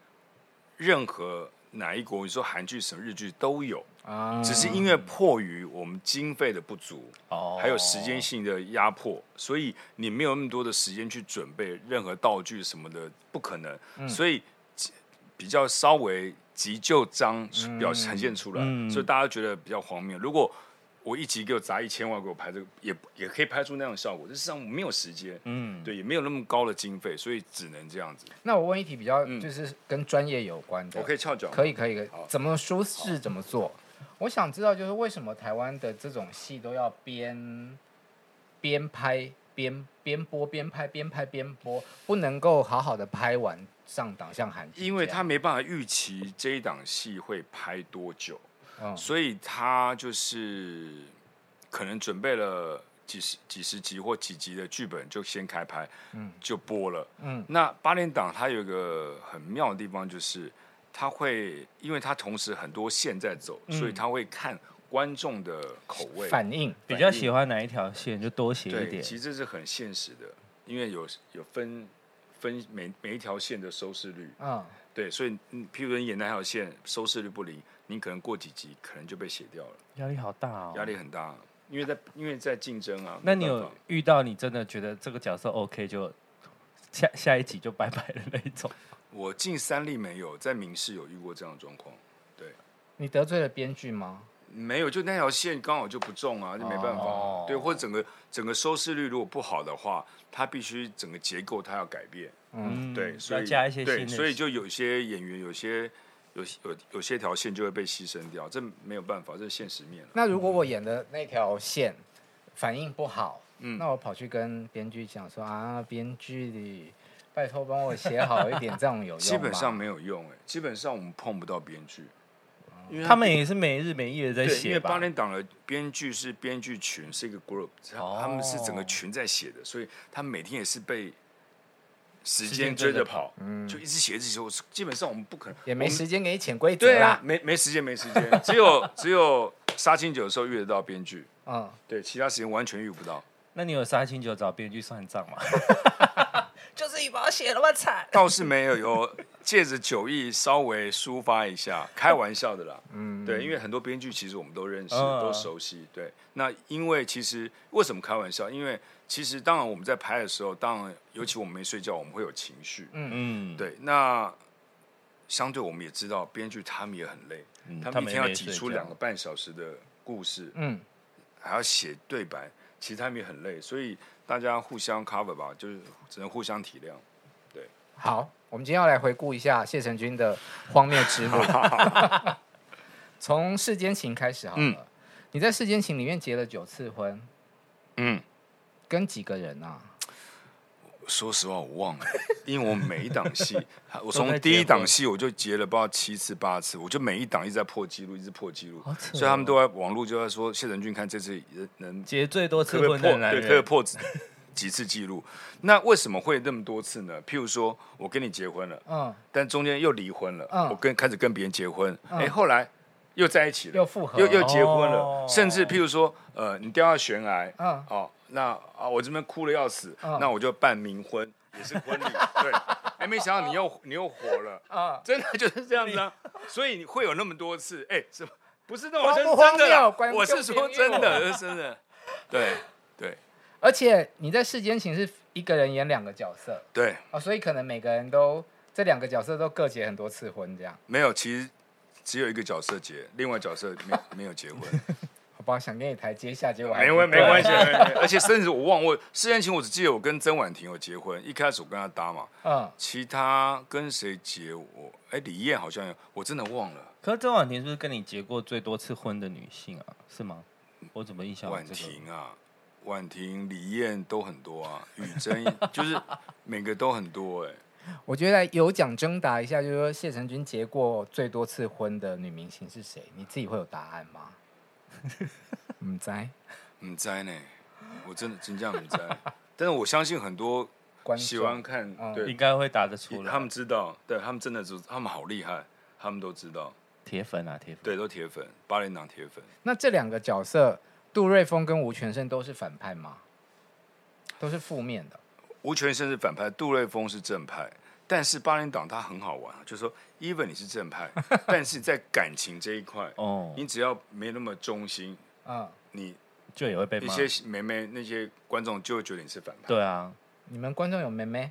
[SPEAKER 3] 任何哪一国，你说韩剧、什么日剧都有，
[SPEAKER 7] 啊，
[SPEAKER 3] 只是因为迫于我们经费的不足，
[SPEAKER 4] 哦
[SPEAKER 3] 还有时间性的压迫，所以你没有那么多的时间去准备任何道具什么的，不可能。所以急比较稍微急救章表呈现出来，
[SPEAKER 4] 嗯
[SPEAKER 3] 所以大家觉得比较荒谬。如果我一集给我砸一千万给我拍这个，也也可以拍出那样的效果，但事实上我没有时间，
[SPEAKER 4] 嗯，
[SPEAKER 3] 对，也没有那么高的经费，所以只能这样子。
[SPEAKER 7] 那我问一题比较
[SPEAKER 3] 嗯
[SPEAKER 7] 就是跟专业有关的，
[SPEAKER 3] 我可以翘脚吗，
[SPEAKER 7] 可以可以可以
[SPEAKER 3] 好
[SPEAKER 7] 怎么舒适怎么做？我想知道就是为什么台湾的这种戏都要边边拍边边播边拍边拍边播，不能够好好的拍完上档，像韩剧这样，
[SPEAKER 3] 因为他没办法预期这一档戏会拍多久。
[SPEAKER 7] 嗯
[SPEAKER 3] 所以他就是可能准备了几十几十集或几集的剧本，就先开拍，
[SPEAKER 7] 嗯
[SPEAKER 3] 就播了。
[SPEAKER 7] 嗯
[SPEAKER 3] 那八点档它有一个很妙的地方，就是它会，因为它同时很多线在走，所以它会看观众的口味。
[SPEAKER 7] 反应
[SPEAKER 4] 比较喜欢哪一条线就多写一
[SPEAKER 3] 对，
[SPEAKER 4] 点。
[SPEAKER 3] 其实这是很现实的，因为有有分分每每一条线的收视率。
[SPEAKER 7] 嗯
[SPEAKER 3] 对，所以嗯譬如说你演那条线收视率不灵，你可能过几集可能就被写掉了。
[SPEAKER 4] 压力好大哦，
[SPEAKER 3] 压力很大，因为在因为在竞争啊。
[SPEAKER 4] 那你
[SPEAKER 3] 没办
[SPEAKER 4] 有
[SPEAKER 3] 法
[SPEAKER 4] 遇到你真的觉得这个角色 OK 就下下一集就拜拜的那一种？
[SPEAKER 3] 我进三立没有，在明视有遇过这样的状况，
[SPEAKER 7] 你得罪了编剧吗？
[SPEAKER 3] 没有就那条线刚好就不中啊，就没办法啊、
[SPEAKER 4] 哦
[SPEAKER 3] 对，或者整个整个收视率如果不好的话，它必须整个结构它要改变，
[SPEAKER 7] 嗯，
[SPEAKER 3] 对，所
[SPEAKER 4] 要
[SPEAKER 3] 以
[SPEAKER 4] 加一些新
[SPEAKER 3] 对，
[SPEAKER 4] 的，
[SPEAKER 3] 所以就有些演员有些。有有有些条线就会被牺牲掉，这没有办法，这是现实面了。
[SPEAKER 7] 那如果我演的那条线反应不好，
[SPEAKER 3] 嗯
[SPEAKER 7] 那我跑去跟编剧讲说啊，编剧，拜托帮我写好一点，这样有用 吗？
[SPEAKER 3] 基本上没有用哎、基本上我们碰不到编剧，因为
[SPEAKER 4] 他们也是没日没夜的在
[SPEAKER 3] 对，因
[SPEAKER 4] 写
[SPEAKER 3] 为八
[SPEAKER 4] 吧？
[SPEAKER 3] 点档的编剧是编剧群，是一个 group，他、
[SPEAKER 4] 哦
[SPEAKER 3] 他们是整个群在写的，所以他们每天也是被时
[SPEAKER 4] 时
[SPEAKER 3] 间
[SPEAKER 4] 间
[SPEAKER 3] 追
[SPEAKER 4] 追
[SPEAKER 3] 着
[SPEAKER 4] 着
[SPEAKER 3] 跑，就一直写一直写。我基本上我们不可能，
[SPEAKER 7] 嗯也没
[SPEAKER 3] 我们
[SPEAKER 7] 时间给你潜规则
[SPEAKER 3] 对啊
[SPEAKER 7] 啦，。
[SPEAKER 3] 没没时间，没时间，只有只有杀青酒的时候遇得到编剧，
[SPEAKER 7] 嗯，
[SPEAKER 3] 对，其他时间完全遇不到。
[SPEAKER 4] 那你有杀青酒找编剧算账吗？
[SPEAKER 3] 倒是没有，有借着酒意稍微抒发一 下，开玩笑的啦。嗯，对，因为很多编剧其实我们都认识，
[SPEAKER 4] 嗯
[SPEAKER 3] 都熟悉。对，那因为其实为什么开玩笑？因为其实当然我们在拍的时候，当然尤其我们没睡觉，我们会有情绪。
[SPEAKER 4] 嗯，
[SPEAKER 3] 对，那相对我们也知道，编剧他们也很累，他
[SPEAKER 4] 嗯他
[SPEAKER 3] 们一
[SPEAKER 4] 们
[SPEAKER 3] 天要
[SPEAKER 4] 也没
[SPEAKER 3] 挤
[SPEAKER 4] 睡
[SPEAKER 3] 出
[SPEAKER 4] 觉
[SPEAKER 3] 两个半小时的故事，
[SPEAKER 7] 嗯，
[SPEAKER 3] 还要写对白，其实他们也很累，所以大家互相 cover 吧，就是只能互相体谅。
[SPEAKER 7] 好，我们今天要来回顾一下谢承君的荒谬之路， 从《世间情》开始好了。
[SPEAKER 3] 嗯
[SPEAKER 7] 你在《世间情》里面结了九次婚，
[SPEAKER 3] 嗯。
[SPEAKER 7] 跟几个人啊？
[SPEAKER 3] 说实话，我忘了，因为我每一档 戏，我
[SPEAKER 4] 都
[SPEAKER 3] 从
[SPEAKER 4] 在
[SPEAKER 3] 第一
[SPEAKER 4] 结
[SPEAKER 3] 档
[SPEAKER 4] 婚
[SPEAKER 3] 戏我就截了不知道七次八次，我就每一档一直在破纪录，一直破纪录，
[SPEAKER 4] 好扯哦
[SPEAKER 3] 所以他们都在网络就在说谢承俊看这次能能
[SPEAKER 4] 结最多
[SPEAKER 3] 可
[SPEAKER 4] 次
[SPEAKER 3] 不可
[SPEAKER 4] 婚
[SPEAKER 3] 以破
[SPEAKER 4] 的男
[SPEAKER 3] 对可不可以
[SPEAKER 4] 人，
[SPEAKER 3] 破几几次纪录？那为什么会那么多次呢？譬如说我跟你结婚
[SPEAKER 4] 啊
[SPEAKER 3] 了，
[SPEAKER 7] 嗯，
[SPEAKER 3] 但中间又离婚了，
[SPEAKER 7] 嗯
[SPEAKER 3] 我跟开始跟别人结婚，哎、
[SPEAKER 4] 啊
[SPEAKER 7] 嗯
[SPEAKER 3] 后来又在一起了，
[SPEAKER 7] 又复合，
[SPEAKER 3] 又又结婚了，
[SPEAKER 4] 哦
[SPEAKER 3] 甚至譬如说，呃，你掉下悬崖，
[SPEAKER 7] 嗯
[SPEAKER 3] 哦，那啊，我这边哭了要死，
[SPEAKER 7] 嗯
[SPEAKER 3] 那我就办冥婚，也是婚礼，对，哎，没想到你又你又火了，
[SPEAKER 7] 啊，
[SPEAKER 3] 真的就是这样子啊，所嗯以你会有那么多次，哎，什么不是那么
[SPEAKER 7] 荒
[SPEAKER 3] 真真的
[SPEAKER 7] 不荒
[SPEAKER 3] 啦
[SPEAKER 7] 谬观，众
[SPEAKER 3] 我是说真的，是真 的，对对
[SPEAKER 7] 而且你在《世间情》是一个人演两个角色
[SPEAKER 3] 对，
[SPEAKER 7] 哦，所以可能每个人都这两个角色都各结很多次婚，这样
[SPEAKER 3] 没有，其实只有一个角色结，另外角色没没有结婚，
[SPEAKER 7] 好吧？想给你台阶下，结果 还
[SPEAKER 3] 没关没关系，没关系而且甚至我忘我事先情，我只记得我跟曾婉婷有结婚，一开始我跟她搭嘛。
[SPEAKER 7] 嗯，
[SPEAKER 3] 其他跟谁结我？哎，李艳好像有，我真的忘了。
[SPEAKER 4] 可是郑婉婷是不是跟你结过最多次婚的女性啊？是吗？我怎么印象有
[SPEAKER 3] 婉
[SPEAKER 4] 这个？
[SPEAKER 3] 婷啊，婉婷、李艳都很多啊，雨珍 就是每个都很多哎、
[SPEAKER 7] 我觉得有奖征答一下，就是说谢承君结过最多次婚的女明星是谁？你自己会有答案吗？嗯，在
[SPEAKER 3] 唔知呢，我真的真这样 唔知。但是我相信很多
[SPEAKER 7] 观众
[SPEAKER 3] 喜欢看，
[SPEAKER 7] 嗯
[SPEAKER 4] 应
[SPEAKER 3] 对，
[SPEAKER 4] 该会答得出来。
[SPEAKER 3] 他们知道，对他们真的知，他们好厉害，他们都知道，
[SPEAKER 4] 铁粉啊，铁粉。
[SPEAKER 3] 对，都铁粉，八连党铁粉。
[SPEAKER 7] 那这两个角色，杜瑞峰跟吴全胜都是反派吗？都是负面的。
[SPEAKER 3] 吴权生是反派，杜瑞峰是正派。但是八连党他很好玩啊，就是说，even 你是正 派，但是在感情这一块，
[SPEAKER 4] 哦，
[SPEAKER 3] 你只要没那么忠心，
[SPEAKER 7] 嗯，
[SPEAKER 3] 你
[SPEAKER 4] 就也会被
[SPEAKER 3] 一
[SPEAKER 4] 骂。
[SPEAKER 3] 些妹妹那些观众就会觉得你是反派。，
[SPEAKER 4] 对啊，
[SPEAKER 7] 你们观众有妹妹？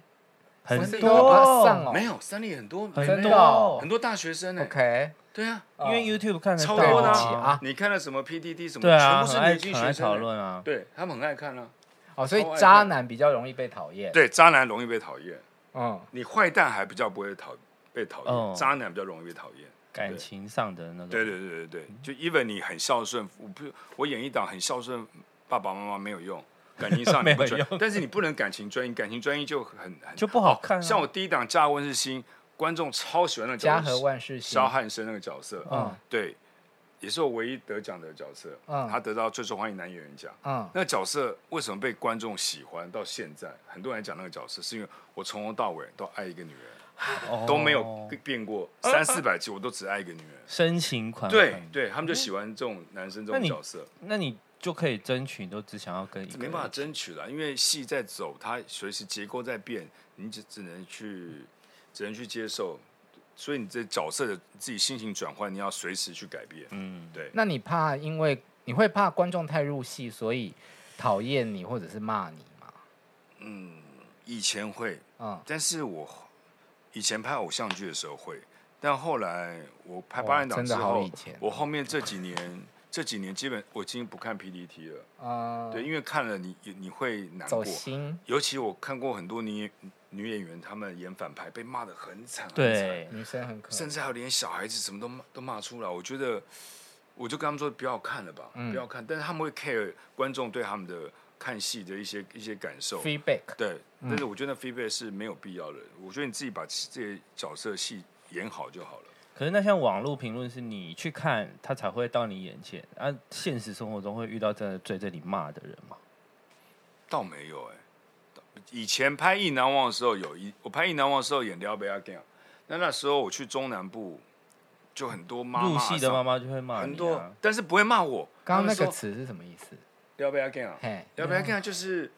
[SPEAKER 4] 很
[SPEAKER 3] 是
[SPEAKER 4] 多
[SPEAKER 3] 有
[SPEAKER 7] 哇上哦，
[SPEAKER 3] 没有三立很多
[SPEAKER 4] 很
[SPEAKER 7] 真
[SPEAKER 3] 妹
[SPEAKER 7] 的
[SPEAKER 3] 妹
[SPEAKER 7] 哦
[SPEAKER 3] 很多大学生呢。
[SPEAKER 7] OK，
[SPEAKER 3] 对啊，
[SPEAKER 4] 因为 YouTube 看得
[SPEAKER 3] 超
[SPEAKER 4] 到
[SPEAKER 3] 多的
[SPEAKER 7] 对不起啊
[SPEAKER 3] 你看了什么 PDD 什么，
[SPEAKER 4] 对啊，
[SPEAKER 3] 全
[SPEAKER 4] 很
[SPEAKER 3] 部是
[SPEAKER 4] 爱
[SPEAKER 3] 女性
[SPEAKER 4] 很
[SPEAKER 3] 学
[SPEAKER 4] 爱
[SPEAKER 3] 生
[SPEAKER 4] 讨
[SPEAKER 3] 欸。
[SPEAKER 4] 论啊。
[SPEAKER 3] 对他们很爱看啊。
[SPEAKER 7] 哦，所以
[SPEAKER 3] 超爱看
[SPEAKER 7] 渣男比较容易被讨厌。，
[SPEAKER 3] 对，渣男容易被讨厌，
[SPEAKER 7] 嗯，
[SPEAKER 3] 你坏蛋还比较不会讨被讨厌，
[SPEAKER 4] 哦嗯
[SPEAKER 3] 渣男比较容易被讨厌。
[SPEAKER 4] 感情上的那种。
[SPEAKER 3] 对对对对对，就 even 你很孝顺，我不我演一档很孝顺爸爸妈妈没有用，感情上你
[SPEAKER 4] 没 有
[SPEAKER 3] 不专
[SPEAKER 4] 用，
[SPEAKER 3] 但是你不能感情专一，感情专一就很很
[SPEAKER 4] 就不好看啊
[SPEAKER 3] 哦像我第一档《嫁温是新》，观众超喜欢那个
[SPEAKER 7] 家
[SPEAKER 3] 角色
[SPEAKER 7] 和万事兴
[SPEAKER 3] 萧。汉生那个角色，
[SPEAKER 7] 嗯
[SPEAKER 3] 对，也是我唯一得奖的角色，
[SPEAKER 7] 嗯
[SPEAKER 3] 他得到最受欢迎男演员奖。
[SPEAKER 7] 嗯，
[SPEAKER 3] 那个角色为什么被观众喜欢到现在？很多人讲那个角色，是因为我从头到尾都爱一个女人，
[SPEAKER 4] 哦，
[SPEAKER 3] 都没有变过，三四百集我都只爱一个女人。
[SPEAKER 4] 深情款。
[SPEAKER 3] 对。对，他们就喜欢这种男生这
[SPEAKER 4] 嗯那
[SPEAKER 3] 种
[SPEAKER 4] 你
[SPEAKER 3] 角色，
[SPEAKER 4] 那你就可以争取，你都只想要跟一个
[SPEAKER 3] 没
[SPEAKER 4] 人
[SPEAKER 3] 办法争取了，因为戏在走，它随时结构在变，你只只能去只能去接受，所以你这角色的自己心情转换，你要随时去改变。
[SPEAKER 4] 嗯，
[SPEAKER 3] 对，
[SPEAKER 7] 那你怕因为你会怕观众太入戏，所以讨厌你或者是骂你吗？
[SPEAKER 3] 以前会，
[SPEAKER 7] 嗯，
[SPEAKER 3] 但是我以前拍偶像剧的时候会，但后来我拍
[SPEAKER 7] 哇
[SPEAKER 3] 八人档
[SPEAKER 7] 真的
[SPEAKER 3] 之
[SPEAKER 7] 好
[SPEAKER 3] 后
[SPEAKER 7] 以前，
[SPEAKER 3] 我后面这几年这几年基本我已经不看 PPT 了，
[SPEAKER 7] 嗯，
[SPEAKER 3] 对，因为看了你你会难
[SPEAKER 7] 走
[SPEAKER 3] 过，
[SPEAKER 7] 心。
[SPEAKER 3] 尤其我看过很多女女演员，她们演反派被骂的很惨，很惨，
[SPEAKER 4] 对，
[SPEAKER 7] 女生很可
[SPEAKER 3] 甚至还有连小孩子什么都骂都骂出来。我觉
[SPEAKER 4] 嗯
[SPEAKER 3] 得，我就跟他们说不要看了吧，不要看。但是他们会 care 观众对他们的看戏的一些一些感受。
[SPEAKER 7] feedback，
[SPEAKER 3] 对，
[SPEAKER 4] 嗯
[SPEAKER 3] 但是我觉得 feedback 是没有必要的。我觉得你自己把这些角色戏演好就好了。
[SPEAKER 4] 可是那像网络评论是你去看，它才会到你眼前啊。现实生活中会遇到真的追着你骂的人吗？
[SPEAKER 3] 倒没有哎、以前拍《意难忘》的时候有一，我拍《意难忘》的时候演撩贝亚 g 那那时候我去中南部，就很多妈妈
[SPEAKER 4] 入戏的妈
[SPEAKER 3] 上
[SPEAKER 4] 妈就会骂你、啊，
[SPEAKER 3] 很多，但是不会骂我。
[SPEAKER 7] 刚刚那
[SPEAKER 3] 他
[SPEAKER 7] 个
[SPEAKER 3] 们说
[SPEAKER 7] 词是什么意思？
[SPEAKER 3] 撩贝亚 g 啊，
[SPEAKER 7] 嘿，
[SPEAKER 3] 撩贝亚 g 就是，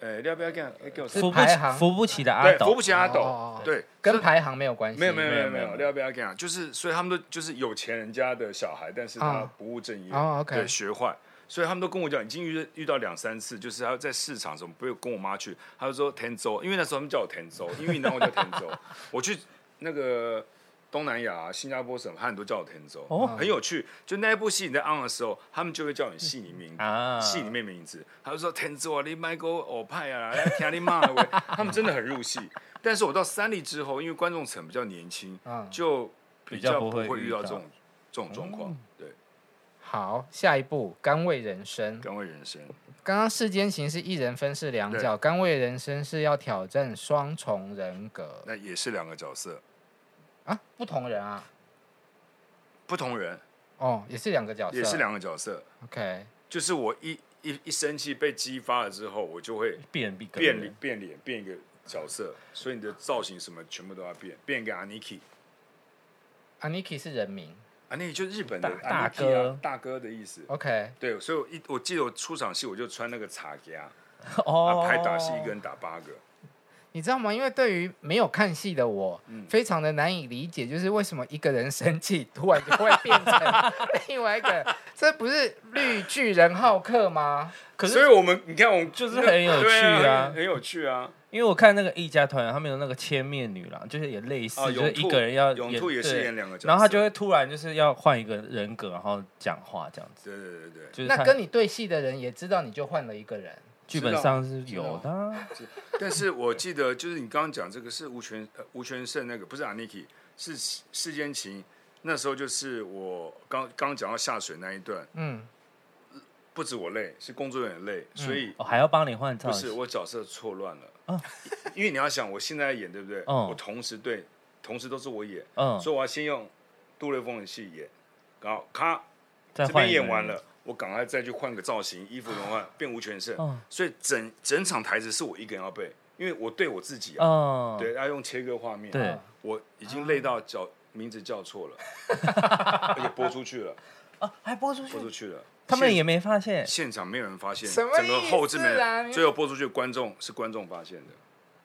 [SPEAKER 3] 呃，撩贝亚 g 给我
[SPEAKER 7] 是
[SPEAKER 4] 扶不
[SPEAKER 7] 排
[SPEAKER 4] 起
[SPEAKER 7] 行
[SPEAKER 4] 扶不起的阿
[SPEAKER 3] 对，扶
[SPEAKER 4] 斗
[SPEAKER 3] 不，起阿
[SPEAKER 7] 哦哦
[SPEAKER 3] 斗
[SPEAKER 7] 哦，
[SPEAKER 3] 对，
[SPEAKER 7] 跟排行没有关系。
[SPEAKER 3] 没有没有没有
[SPEAKER 4] 没
[SPEAKER 3] 没
[SPEAKER 4] 有
[SPEAKER 3] 有，廖不要讲，就是所以他们都就是有钱人家的小孩，但是他
[SPEAKER 7] 啊
[SPEAKER 3] 不务正业，
[SPEAKER 7] 哦，OK
[SPEAKER 3] 对，学坏，所以他们都跟我讲，已经遇遇到两三次，就是他在市场什么，不是跟我妈去，他就说田州，因为那时候他们叫我田州， 因为那我叫田州，我去那个东南亚、啊新加坡什么，他很多叫我田州，
[SPEAKER 4] 哦
[SPEAKER 3] 很有趣。就那一部戏你在 on 的时候，他们就会叫你戏里名
[SPEAKER 4] 啊
[SPEAKER 3] 戏里面名字，他就说田州啊，你买个欧派啊，来听你骂喂，他们真的很入戏。但是我到三立之后，因为观众层比较年轻，
[SPEAKER 7] 嗯
[SPEAKER 3] 就比
[SPEAKER 4] 比较
[SPEAKER 3] 较
[SPEAKER 4] 不
[SPEAKER 3] 不
[SPEAKER 4] 会
[SPEAKER 3] 会
[SPEAKER 4] 遇
[SPEAKER 3] 遇到
[SPEAKER 4] 到哦
[SPEAKER 3] 这种这种状况。对，
[SPEAKER 7] 好，下一步甘味人生。
[SPEAKER 3] 甘为人生，
[SPEAKER 7] 刚刚世间情是一人分饰两角，甘味人生是要挑战双重人格
[SPEAKER 3] 那也是两个角色，
[SPEAKER 7] 啊，不同人啊，
[SPEAKER 3] 不同人，
[SPEAKER 7] 哦，也是两个角色，
[SPEAKER 3] 也是两个角色。
[SPEAKER 7] OK，
[SPEAKER 3] 就是我一一一生气被激发了之后，我就会
[SPEAKER 4] 变一个
[SPEAKER 3] 变
[SPEAKER 4] 人
[SPEAKER 3] 脸变脸变一个角色，所以你的造型什么全部都要变，变一个 Aniki。
[SPEAKER 7] a n i k i 是人名
[SPEAKER 3] 啊，那就日本的 Aniki 啊
[SPEAKER 4] 大大哥
[SPEAKER 3] 大哥的意思。
[SPEAKER 7] ，OK，
[SPEAKER 3] 对，所以我一我记得我出场戏我就穿那个茶给他，
[SPEAKER 4] 哦，
[SPEAKER 3] 啊，拍打戏一个人打八个，
[SPEAKER 7] 你知道吗？因为对于没有看戏的我，
[SPEAKER 3] 嗯
[SPEAKER 7] 非常的难以理解，就是为什么一个人生气突然就会变 成另外一个人，这不是绿巨人浩克吗？
[SPEAKER 4] 可是
[SPEAKER 3] 所以我们你看我们
[SPEAKER 4] 就是很有趣啊
[SPEAKER 3] 对很很有趣啊。
[SPEAKER 4] 因为我看那个一家团，他们有那个千面女郎，就是也类似，
[SPEAKER 3] 啊，
[SPEAKER 4] 就是
[SPEAKER 3] 永
[SPEAKER 4] 一
[SPEAKER 3] 兔
[SPEAKER 4] 个人要
[SPEAKER 3] 永兔也是
[SPEAKER 4] 对
[SPEAKER 3] 演两个角色，
[SPEAKER 4] 然后他就会突然就是要换一个人格，然后讲话这样子，
[SPEAKER 3] 对对对对，
[SPEAKER 4] 就是
[SPEAKER 7] 那
[SPEAKER 4] 他
[SPEAKER 7] 跟你对戏的人也知道你就换了一个人，
[SPEAKER 4] 剧本上是有的啊、
[SPEAKER 3] 但是我记得，就是你刚刚讲这个是吴全呃吴全胜那个，不是 Aniki，是世世间情。那时候就是我刚刚讲到下水那一段，
[SPEAKER 7] 嗯，
[SPEAKER 3] 不止我累，是工作人员累，所以
[SPEAKER 4] 哦还要帮你换造
[SPEAKER 3] 不是
[SPEAKER 4] 型，
[SPEAKER 3] 我角色错乱了。
[SPEAKER 4] 啊
[SPEAKER 3] 因为你要想，我现在演对不对？
[SPEAKER 4] 嗯
[SPEAKER 3] 我同时对，同时都是我演，
[SPEAKER 4] 嗯，
[SPEAKER 3] 所以我要先用杜瑞峰的戏演，然后咔
[SPEAKER 4] 再
[SPEAKER 3] 这
[SPEAKER 4] 换
[SPEAKER 3] 边
[SPEAKER 4] 一个
[SPEAKER 3] 演完
[SPEAKER 4] 人
[SPEAKER 3] 了，我赶快再去换个造型，衣服轮换，变吴全胜。
[SPEAKER 4] 嗯
[SPEAKER 3] 所以整整场台词是我一个人要背，因为我对我自己啊，
[SPEAKER 4] 嗯，
[SPEAKER 3] 对，要用切割画面。
[SPEAKER 4] 对，
[SPEAKER 3] 我已经累到叫名字叫 错了，而且播出去了，
[SPEAKER 4] 啊，还播出去
[SPEAKER 3] 播，出去了。
[SPEAKER 4] 他们
[SPEAKER 3] 现
[SPEAKER 4] 也没发现
[SPEAKER 3] 现场没有人发现，
[SPEAKER 7] 什么
[SPEAKER 3] 整个
[SPEAKER 7] 意
[SPEAKER 3] 后置没
[SPEAKER 7] 思啊
[SPEAKER 3] 人，
[SPEAKER 7] 你
[SPEAKER 3] 最后播出去的观众是观众发现的，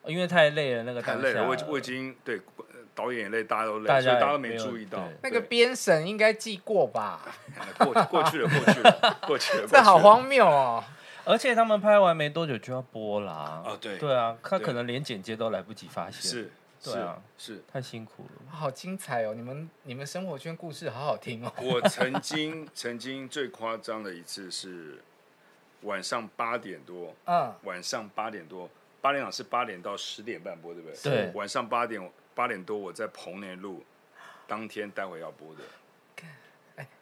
[SPEAKER 4] 哦因为太累了，那个
[SPEAKER 3] 太
[SPEAKER 4] 当
[SPEAKER 3] 累
[SPEAKER 4] 下
[SPEAKER 3] 了，我已我已经对呃导演也累，大家都累，
[SPEAKER 4] 大家
[SPEAKER 3] 所以大
[SPEAKER 4] 也
[SPEAKER 3] 家都
[SPEAKER 4] 没
[SPEAKER 3] 没
[SPEAKER 4] 有
[SPEAKER 3] 注意到
[SPEAKER 4] 对
[SPEAKER 7] 那个
[SPEAKER 3] 对
[SPEAKER 7] 编审应该记过吧？
[SPEAKER 3] 过过去了，过去了，过去 了，
[SPEAKER 7] 这好
[SPEAKER 3] 过去了
[SPEAKER 7] 荒谬哦！
[SPEAKER 4] 而且他们拍完没多久就要播啦。
[SPEAKER 3] 啊！对，
[SPEAKER 4] 对啊，他可
[SPEAKER 3] 对
[SPEAKER 4] 能连剪接都来不及发现，
[SPEAKER 3] 是，
[SPEAKER 4] 对
[SPEAKER 3] 是
[SPEAKER 4] 啊
[SPEAKER 3] 是。
[SPEAKER 4] 太辛苦了。
[SPEAKER 7] 好精彩哦！你们你们生活圈故事好好听哦。
[SPEAKER 3] 我曾经曾经最夸张的一次是晚上八点多，
[SPEAKER 7] 嗯，
[SPEAKER 3] 晚上八点多，八点档是八点到十点半播，对不对？
[SPEAKER 4] 对
[SPEAKER 3] 晚上八点八点多，我在彭内路，当天待会要播的，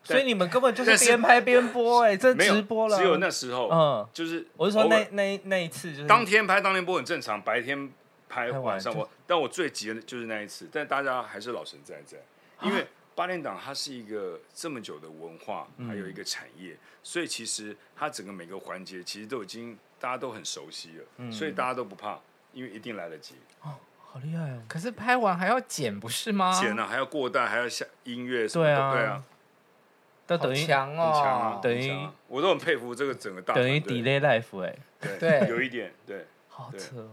[SPEAKER 4] 所以你们根本就
[SPEAKER 3] 但
[SPEAKER 4] 是
[SPEAKER 3] 是
[SPEAKER 4] 边拍边播，哎，这
[SPEAKER 3] 没有
[SPEAKER 4] 直播了，
[SPEAKER 3] 只有那时候，
[SPEAKER 4] 嗯，
[SPEAKER 3] 就是
[SPEAKER 4] 我是说
[SPEAKER 3] 偶尔
[SPEAKER 4] 那那那一次就是
[SPEAKER 3] 当天拍当天播很正常，白天拍
[SPEAKER 4] 拍完
[SPEAKER 3] 晚上
[SPEAKER 4] 就
[SPEAKER 3] 播，但我最急的就是那一次，但大家还是老神在在，
[SPEAKER 4] 啊
[SPEAKER 3] 因为八点档它是一个这么久的文化，
[SPEAKER 4] 嗯
[SPEAKER 3] 还有一个产业，所以其实它整个每个环节其实都已经大家都很熟悉了，
[SPEAKER 4] 嗯
[SPEAKER 3] 所以大家都不怕，因为一定来得及。
[SPEAKER 4] 好厉害哦，
[SPEAKER 7] 可是拍完还要剪，不是吗？
[SPEAKER 3] 剪啊了还要过带，还要下音乐什么的，
[SPEAKER 4] 啊对啊
[SPEAKER 3] 对啊，
[SPEAKER 4] 那
[SPEAKER 7] 好
[SPEAKER 4] 等于
[SPEAKER 7] 强
[SPEAKER 3] 很强啊
[SPEAKER 7] 哦，！
[SPEAKER 4] 对等于
[SPEAKER 3] 很强啊我都很佩服这个整个大
[SPEAKER 4] 等于
[SPEAKER 3] 团队
[SPEAKER 4] delay life 哎，
[SPEAKER 3] 对，
[SPEAKER 7] 对
[SPEAKER 3] 有一点对，
[SPEAKER 4] 好扯哦，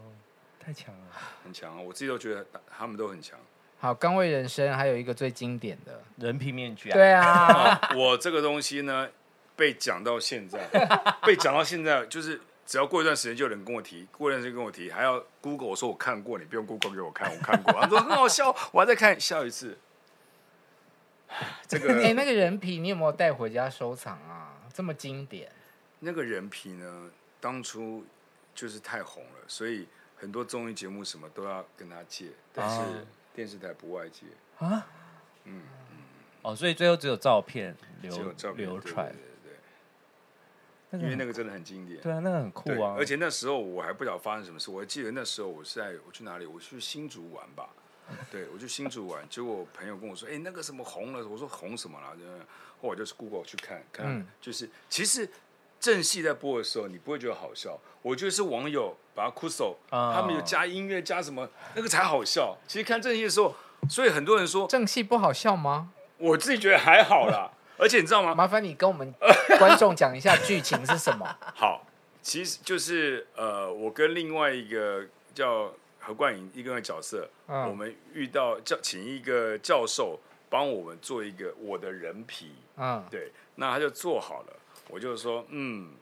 [SPEAKER 4] 太强了。
[SPEAKER 3] 很强啊！我自己都觉得他们都很强。
[SPEAKER 7] 好，岗位人生还有一个最经典的，
[SPEAKER 4] 人皮面具啊，
[SPEAKER 7] 对啊，
[SPEAKER 3] 啊， 我这个东西呢，被讲到现 在，被讲到现在，就是只要过一段时间就有人跟我提，过一段时间跟我提，还要 Google 我说我看过，你不用 Google 给我看，我看过。他们说很好笑，我还在看，笑一次。这
[SPEAKER 7] 哎、
[SPEAKER 3] 个
[SPEAKER 7] 那个人皮你有没有带回家收藏啊？这么经典，
[SPEAKER 3] 那个人皮呢，当初就是太红了，所以很多综艺节目什么都要跟他借，但是
[SPEAKER 4] 啊
[SPEAKER 3] 电视台不外借，
[SPEAKER 4] 啊，哦，所以最后只有照片
[SPEAKER 3] 只有
[SPEAKER 4] 流
[SPEAKER 3] 照片
[SPEAKER 4] 流
[SPEAKER 3] 对
[SPEAKER 4] 传
[SPEAKER 3] 对，对对
[SPEAKER 4] 那个
[SPEAKER 3] 因为
[SPEAKER 4] 很
[SPEAKER 3] 那个真的很经典。
[SPEAKER 4] 对啊，那个很酷
[SPEAKER 3] 对，
[SPEAKER 4] 啊，
[SPEAKER 3] 而且那时候我还不晓得发生什么事，我还记得那时候我是在我去哪里，我去新竹玩吧。对，我去新竹玩，结果我朋友跟我说：“哎、那个什么红了。”我说：“红什么啦？”就后来我就是 Google 去看看，
[SPEAKER 7] 嗯
[SPEAKER 3] 就是其实正戏在播的时候，你不会觉得好笑，我觉得是网友把它 c u s o
[SPEAKER 4] 啊
[SPEAKER 3] 他们有加音乐加什么，那个才好笑。其实看正戏的时候，所以很多人说，
[SPEAKER 7] 正戏不好笑吗？
[SPEAKER 3] 我自己觉得还好啦。而且你知道吗？
[SPEAKER 7] 麻烦你跟我们观众讲一下剧情是什么。
[SPEAKER 3] 好，其实就是呃，我跟另外一个叫何冠颖一个角色，
[SPEAKER 7] 嗯
[SPEAKER 3] 我们遇到教请一个教授帮我们做一个我的人皮，
[SPEAKER 7] 嗯，
[SPEAKER 3] 对，那他就做好了，我就说嗯，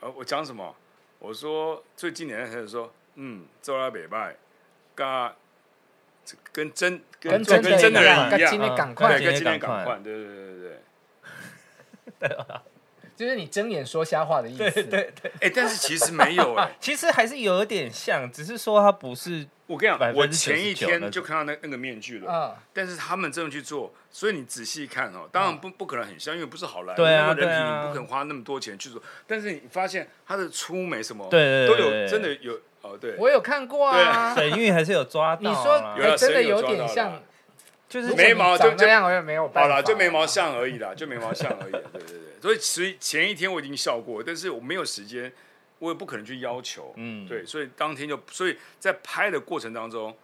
[SPEAKER 3] 呃，我讲什么？我说最经典的他就说嗯，做了北拜，嘎，这跟真
[SPEAKER 7] 跟
[SPEAKER 3] 做
[SPEAKER 7] 真
[SPEAKER 3] 跟
[SPEAKER 7] 的
[SPEAKER 3] 真的
[SPEAKER 7] 一
[SPEAKER 3] 人
[SPEAKER 7] 样
[SPEAKER 3] 一
[SPEAKER 7] 跟今
[SPEAKER 3] 样，
[SPEAKER 7] 天
[SPEAKER 4] 啊
[SPEAKER 7] 赶
[SPEAKER 3] 嗯对，
[SPEAKER 4] 今
[SPEAKER 7] 快
[SPEAKER 3] 跟
[SPEAKER 4] 天
[SPEAKER 3] 今天
[SPEAKER 4] 赶
[SPEAKER 3] 赶
[SPEAKER 4] 快
[SPEAKER 3] 快，对对对对对。
[SPEAKER 7] 就是你睁眼说瞎话的意思。对对对，
[SPEAKER 3] 哎、但是其实没有哎、
[SPEAKER 4] 啊其实还是有一点像，只是说它不 是
[SPEAKER 3] 我跟你讲，
[SPEAKER 4] 99%
[SPEAKER 3] 我前一
[SPEAKER 4] 那
[SPEAKER 3] 天
[SPEAKER 4] 种
[SPEAKER 3] 就看到那那个面具了，
[SPEAKER 4] 啊
[SPEAKER 7] 嗯，
[SPEAKER 3] 但是他们真的去做，所以你仔细看哦，当然不不可能很像，因为不是好莱坞
[SPEAKER 4] 对啊
[SPEAKER 3] 那个人
[SPEAKER 4] 对
[SPEAKER 3] 品，
[SPEAKER 4] 啊
[SPEAKER 3] 你不可能花那么多钱去做。但是你发现他的粗眉什么，
[SPEAKER 4] 对对对
[SPEAKER 3] 都
[SPEAKER 4] 对
[SPEAKER 3] 有真的有哦，对，
[SPEAKER 7] 我有看过啊。
[SPEAKER 4] 沈玉还是有抓到
[SPEAKER 7] 你
[SPEAKER 4] 啊、
[SPEAKER 7] 说
[SPEAKER 3] 有啦
[SPEAKER 7] 还真的有
[SPEAKER 3] 谁有抓
[SPEAKER 7] 点
[SPEAKER 3] 到啦
[SPEAKER 7] 像，
[SPEAKER 4] 就是
[SPEAKER 7] 如果
[SPEAKER 3] 没眉
[SPEAKER 7] 你
[SPEAKER 3] 毛就
[SPEAKER 7] 长
[SPEAKER 3] 就
[SPEAKER 7] 那样，我也没有办
[SPEAKER 3] 好
[SPEAKER 7] 法。
[SPEAKER 3] 啦，就眉毛像而 已啦，就眉毛像而已，对对对。所以其实前一天我已经笑过，但是我没有时间，我也不可能去要求，
[SPEAKER 4] 嗯
[SPEAKER 3] 对，所以当天就，所以在拍的过程当中，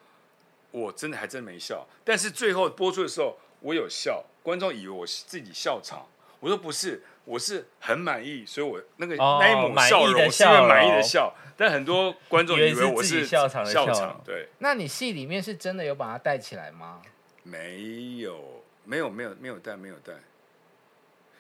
[SPEAKER 3] 我真的还真没笑，但是最后播出的时候，我有笑，观众以为我自己笑场，我说不是，我是很满意，所以我那个、
[SPEAKER 4] 哦
[SPEAKER 3] 那一抹
[SPEAKER 4] 满意
[SPEAKER 3] 笑
[SPEAKER 4] 的
[SPEAKER 3] 容是因
[SPEAKER 4] 笑
[SPEAKER 3] 为满意的
[SPEAKER 4] 容
[SPEAKER 3] 笑，但很多观众
[SPEAKER 4] 以为
[SPEAKER 3] 以为
[SPEAKER 4] 是
[SPEAKER 3] 我
[SPEAKER 4] 自己
[SPEAKER 3] 是
[SPEAKER 4] 笑场的
[SPEAKER 3] 笑
[SPEAKER 4] 笑
[SPEAKER 3] 场
[SPEAKER 4] 容，
[SPEAKER 3] 对，
[SPEAKER 7] 那你戏里面是真的有把它带起来吗？
[SPEAKER 3] 没有，没有，没有，没有带，没有带，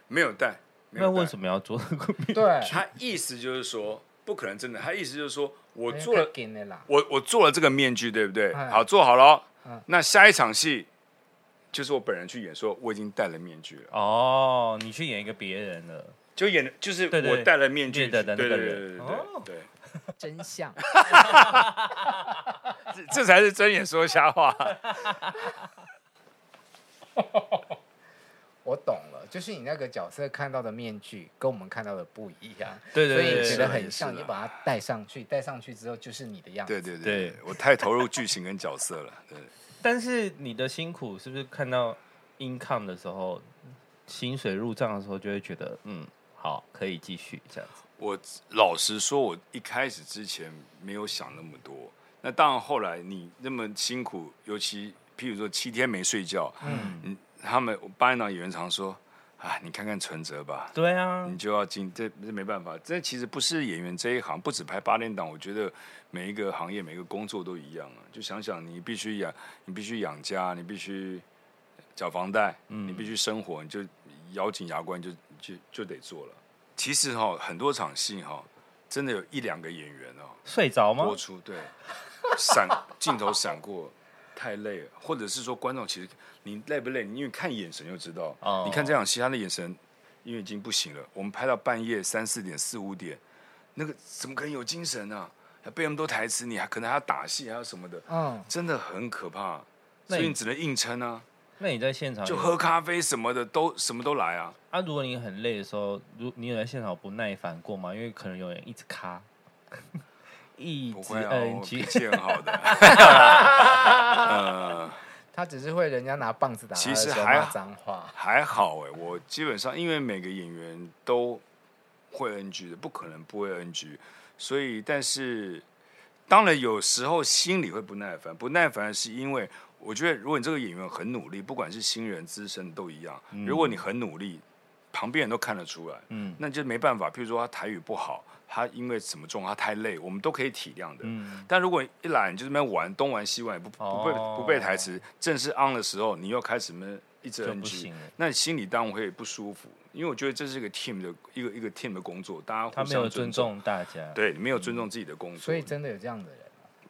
[SPEAKER 3] 没有带，没
[SPEAKER 4] 那
[SPEAKER 3] 有带。
[SPEAKER 4] 为什么要做这个面具？
[SPEAKER 7] 对，
[SPEAKER 3] 他意思就是说，不可能真的。他意思就是说 我做了，
[SPEAKER 7] 给你啦。
[SPEAKER 3] 我我做了这个面具，对不对？
[SPEAKER 7] 哎
[SPEAKER 3] 好，做好了哦
[SPEAKER 7] 嗯。
[SPEAKER 3] 那下一场戏就是我本人去演，说我已经戴了面具了，
[SPEAKER 4] 哦，你去演一个别人了，
[SPEAKER 3] 就演的就是
[SPEAKER 4] 对对
[SPEAKER 3] 我戴了面具，
[SPEAKER 4] 对
[SPEAKER 3] 对
[SPEAKER 4] 对
[SPEAKER 3] 对
[SPEAKER 4] 对
[SPEAKER 3] 对
[SPEAKER 4] 对
[SPEAKER 3] 对
[SPEAKER 4] 对
[SPEAKER 3] 对
[SPEAKER 4] 哦
[SPEAKER 3] 对，
[SPEAKER 7] 真相。
[SPEAKER 3] 这这才是睁眼说瞎 话。
[SPEAKER 7] 我懂了，就是你那个角色看到的面具跟我们看到的不一样，
[SPEAKER 4] 对对
[SPEAKER 7] 所以
[SPEAKER 4] 对
[SPEAKER 7] 你
[SPEAKER 4] 对
[SPEAKER 7] 觉得
[SPEAKER 3] 是
[SPEAKER 7] 很
[SPEAKER 3] 的
[SPEAKER 7] 像，
[SPEAKER 3] 是
[SPEAKER 7] 你
[SPEAKER 3] 的
[SPEAKER 7] 就把它戴上去，戴上去之后就是你的样子。
[SPEAKER 3] 对对
[SPEAKER 4] 对
[SPEAKER 3] 对，我太投入剧情跟角色了。对，
[SPEAKER 4] 但是你的辛苦是不是看到 income 的时候，薪水入账的时候就会觉得嗯，好，可以继续这样子。
[SPEAKER 3] 我老实说，我一开始之前没有想那么多。那当然，后来你那么辛苦，尤其譬如说七天没睡觉，嗯，他们八点档演员常说啊，你看看存折吧，
[SPEAKER 4] 对啊，
[SPEAKER 3] 你就要进，这这没办法。这其实不是演员这一行，不只拍八点档，我觉得每一个行业、每个工作都一样啊。就想想你必须养，你必须养家，你必须缴房贷，你必须生活，你就咬紧牙关就就就得做了。其实哈、很多场戏哈、真的有一两个演员哦，
[SPEAKER 4] 睡着吗
[SPEAKER 3] 播？出对，闪镜头闪过，太累了，或者是说观众其实你累不累？你因为看眼神就知道。
[SPEAKER 4] 哦
[SPEAKER 3] 你看这场戏，他的眼神因为已经不行了，我们拍到半夜三四点、四五点，那个怎么可能有精神啊？还背那么多台词，你还可能还要打戏，还要什么的，
[SPEAKER 7] 嗯，
[SPEAKER 3] 真的很可怕。
[SPEAKER 4] 哦那
[SPEAKER 3] 所
[SPEAKER 4] 你
[SPEAKER 3] 以你只能硬撑啊，
[SPEAKER 4] 那你在现场
[SPEAKER 3] 就
[SPEAKER 4] 有
[SPEAKER 3] 喝咖啡什么的都什么都来啊。
[SPEAKER 4] 啊？如果你很累的时候，如你有在现场不耐烦过吗？因为可能有人一直卡，一
[SPEAKER 3] 不
[SPEAKER 4] 直
[SPEAKER 3] 会啊，我
[SPEAKER 4] NG，
[SPEAKER 3] 脾气很好 的。 呃，
[SPEAKER 7] 他只是会人家拿棒子打他的
[SPEAKER 3] 其实
[SPEAKER 7] 时候
[SPEAKER 3] 还
[SPEAKER 7] 骂
[SPEAKER 3] 好
[SPEAKER 7] 脏话。
[SPEAKER 3] 还好哎、我基本上因为每个演员都会 NG 的，不可能不会 NG，所以但是当然有时候心里会不耐烦，不耐烦是因为我觉得如果你这个演员很努力，不管是新人资深都一样，如果你很努力，旁边人都看得出来，
[SPEAKER 4] 嗯
[SPEAKER 3] 那就没办法。譬如说他台语不好，他因为什么状况，他太累，我们都可以体谅的。
[SPEAKER 4] 嗯，
[SPEAKER 3] 但如果一懒，你就在那边玩东玩西玩，也不不背
[SPEAKER 4] 哦
[SPEAKER 3] 不背台词，正式 on 的时候，你又开始闷一直
[SPEAKER 4] 就不
[SPEAKER 3] NG，
[SPEAKER 4] 行了。
[SPEAKER 3] 那你心里当然会不舒服，因为我觉得这是一个 team 的一个一个 team 的工作，大家
[SPEAKER 4] 他
[SPEAKER 3] 互
[SPEAKER 4] 没有
[SPEAKER 3] 相
[SPEAKER 4] 尊
[SPEAKER 3] 重，
[SPEAKER 4] 重大家，
[SPEAKER 3] 对，你没有尊重自己的工作，
[SPEAKER 7] 所以真的有这样的人。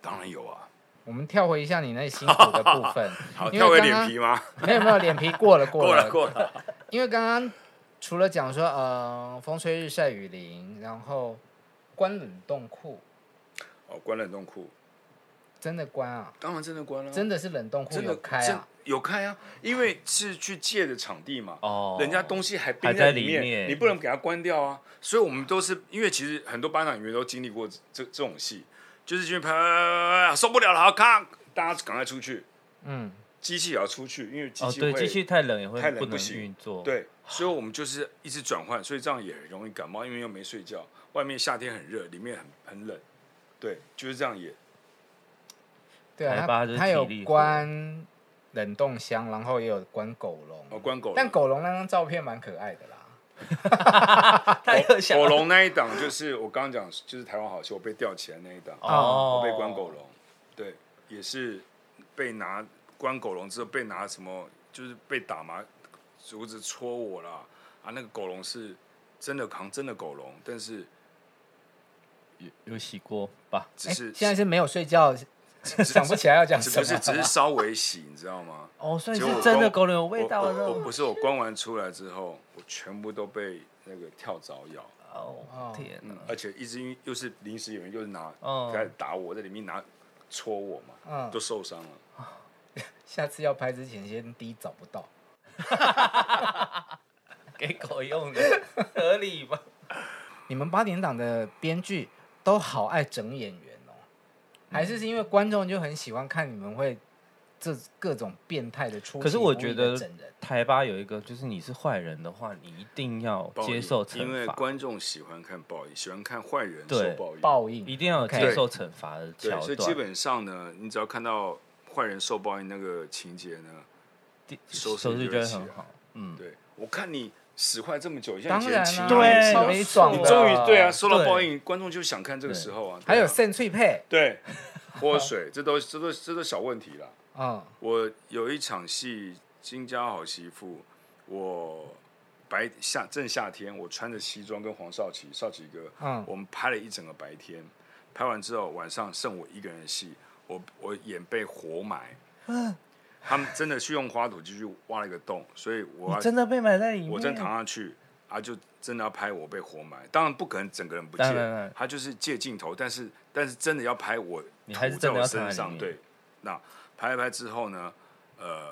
[SPEAKER 3] 当然有啊。
[SPEAKER 7] 我们跳回一下你那辛苦的部分，
[SPEAKER 3] 好，
[SPEAKER 7] 因为
[SPEAKER 3] 跳回
[SPEAKER 7] 刚
[SPEAKER 3] 脸
[SPEAKER 7] 刚
[SPEAKER 3] 皮吗？
[SPEAKER 7] 没有没有脸皮过了过
[SPEAKER 3] 过
[SPEAKER 7] 了
[SPEAKER 3] 了过了，
[SPEAKER 7] 因为刚刚除了讲说呃风吹日晒雨淋，然后关冷冻库，
[SPEAKER 3] 哦，关冷冻库，
[SPEAKER 7] 真的关啊，
[SPEAKER 3] 当然真的关了、
[SPEAKER 7] 真的是冷冻库
[SPEAKER 3] 真的
[SPEAKER 7] 有开
[SPEAKER 3] 真
[SPEAKER 7] 啊，
[SPEAKER 3] 有开啊，因为是去借的场地嘛，
[SPEAKER 4] 哦
[SPEAKER 3] 人家东西还冰
[SPEAKER 4] 还在
[SPEAKER 3] 里
[SPEAKER 4] 里面
[SPEAKER 3] 你不能给它关掉啊。所以我们都是因为其实很多班长里面都经历过这这这种戏，就是去拍拍拍拍受不了了，好咔，大家赶快出去，
[SPEAKER 7] 嗯，
[SPEAKER 3] 机器也要出去，因为机
[SPEAKER 4] 哦，
[SPEAKER 3] 器
[SPEAKER 4] 对，
[SPEAKER 3] 会、
[SPEAKER 4] 机器太冷也会
[SPEAKER 3] 太冷
[SPEAKER 4] 不
[SPEAKER 3] 不
[SPEAKER 4] 能
[SPEAKER 3] 行
[SPEAKER 4] 运作。，
[SPEAKER 3] 对，所以我们就是一直转换，所以这样也很容易感冒，因为又没睡觉，外面夏天很热，里面很很冷，对，就是这样演。
[SPEAKER 7] 对啊，
[SPEAKER 4] 台巴
[SPEAKER 7] 它
[SPEAKER 4] 就是
[SPEAKER 7] 它有
[SPEAKER 4] 体力活
[SPEAKER 7] 关冷冻箱，然后也有关狗笼，
[SPEAKER 3] 哦，关狗笼，
[SPEAKER 7] 但狗笼那张照片蛮可爱的啦。
[SPEAKER 4] 他又想
[SPEAKER 3] 狗笼那一档就是我刚刚讲，就是台湾好戏，我被吊起来那一档，
[SPEAKER 4] 哦，
[SPEAKER 3] 我被关狗笼，对，也是被拿关狗笼之后被拿什么，就是被打麻竹子戳我啦，啊，那个狗笼是真的扛真的狗笼，但是
[SPEAKER 4] 有有洗锅吧？
[SPEAKER 3] 只
[SPEAKER 7] 哎，
[SPEAKER 3] 是、
[SPEAKER 7] 现在是没有睡觉，
[SPEAKER 3] 只
[SPEAKER 7] 想不起来要讲
[SPEAKER 3] 只不
[SPEAKER 7] 什么
[SPEAKER 3] 是只是
[SPEAKER 7] 了。
[SPEAKER 3] 稍微洗，你知道吗？
[SPEAKER 4] 哦，所以
[SPEAKER 3] 结果
[SPEAKER 4] 是
[SPEAKER 3] 我
[SPEAKER 4] 真的
[SPEAKER 3] 关
[SPEAKER 4] 狗笼有味
[SPEAKER 3] 我
[SPEAKER 4] 道
[SPEAKER 3] 我
[SPEAKER 4] 了
[SPEAKER 3] 我。不是我关完出来之后，我全部都被那个跳蚤咬，
[SPEAKER 4] 哦，天哪
[SPEAKER 3] 嗯！，而且一直又是临时演员，又是拿
[SPEAKER 4] 哦
[SPEAKER 3] 开始打我，在里面拿戳我嘛，
[SPEAKER 7] 嗯
[SPEAKER 3] 都，受伤了。
[SPEAKER 7] 下次要拍之前先第一找不到。
[SPEAKER 4] 给狗用的，合理吧？
[SPEAKER 7] 你们八点档的编剧都好爱整演员哦，还
[SPEAKER 3] 嗯
[SPEAKER 7] 是是因为观众就很喜欢看你们会这各种变态的出？
[SPEAKER 4] 可是我觉得
[SPEAKER 7] 整人，
[SPEAKER 4] 台巴有一个，就是你是坏人的话，你一定要
[SPEAKER 3] 报应
[SPEAKER 4] 接受
[SPEAKER 3] 因为
[SPEAKER 4] 惩罚，
[SPEAKER 3] 观众喜欢看报应，喜欢看坏人受
[SPEAKER 4] 对
[SPEAKER 3] 报应。
[SPEAKER 7] 报应
[SPEAKER 4] 一定要有
[SPEAKER 7] OK
[SPEAKER 4] 接受惩罚的
[SPEAKER 3] 对，
[SPEAKER 4] 桥
[SPEAKER 3] 所以基
[SPEAKER 4] 段。
[SPEAKER 3] 本上呢，你只要看到坏人受报应那个情节呢，
[SPEAKER 4] 第
[SPEAKER 3] 收视
[SPEAKER 4] 收视
[SPEAKER 3] 就
[SPEAKER 4] 就
[SPEAKER 3] 会
[SPEAKER 4] 会
[SPEAKER 3] 起
[SPEAKER 4] 很
[SPEAKER 3] 来
[SPEAKER 4] 好。嗯，
[SPEAKER 3] 对我看你使坏这么久，像以
[SPEAKER 7] 当
[SPEAKER 3] 前
[SPEAKER 7] 然
[SPEAKER 3] 秦
[SPEAKER 7] 啦、
[SPEAKER 3] 阳也是
[SPEAKER 7] 超
[SPEAKER 3] 啊，
[SPEAKER 7] 没
[SPEAKER 4] 没
[SPEAKER 7] 爽
[SPEAKER 4] 爽
[SPEAKER 7] 的。
[SPEAKER 3] 你终于对啊，，受到
[SPEAKER 4] 对
[SPEAKER 3] 报应，观众就想看这个时候啊。对啊
[SPEAKER 7] 还有肾脆配，
[SPEAKER 3] 对泼水，这都这都这都小问题啦。
[SPEAKER 7] 嗯，
[SPEAKER 3] 我有一场戏《金家好媳妇》，我白夏正夏天，我穿着西装跟黄少奇、少奇哥，
[SPEAKER 7] 嗯
[SPEAKER 3] 我们拍了一整个白天。拍完之后，晚上剩我一个人的戏，我我眼被活埋。
[SPEAKER 4] 嗯
[SPEAKER 3] 他们真的去用花土继续挖了一个洞，所以我
[SPEAKER 4] 你
[SPEAKER 3] 要
[SPEAKER 4] 真的被埋在里面，
[SPEAKER 3] 我真躺下去啊，就真的要拍我被活埋。当然不可能整个人不
[SPEAKER 4] 当然当
[SPEAKER 3] 借
[SPEAKER 4] 然，
[SPEAKER 3] 他就是借镜头，但是但是真的要拍我，
[SPEAKER 4] 你还
[SPEAKER 3] 吐
[SPEAKER 4] 是
[SPEAKER 3] 在
[SPEAKER 4] 真的
[SPEAKER 3] 我
[SPEAKER 4] 要躺
[SPEAKER 3] 身
[SPEAKER 4] 在
[SPEAKER 3] 上。
[SPEAKER 4] 里面
[SPEAKER 3] 对，那拍一拍之后呢，呃，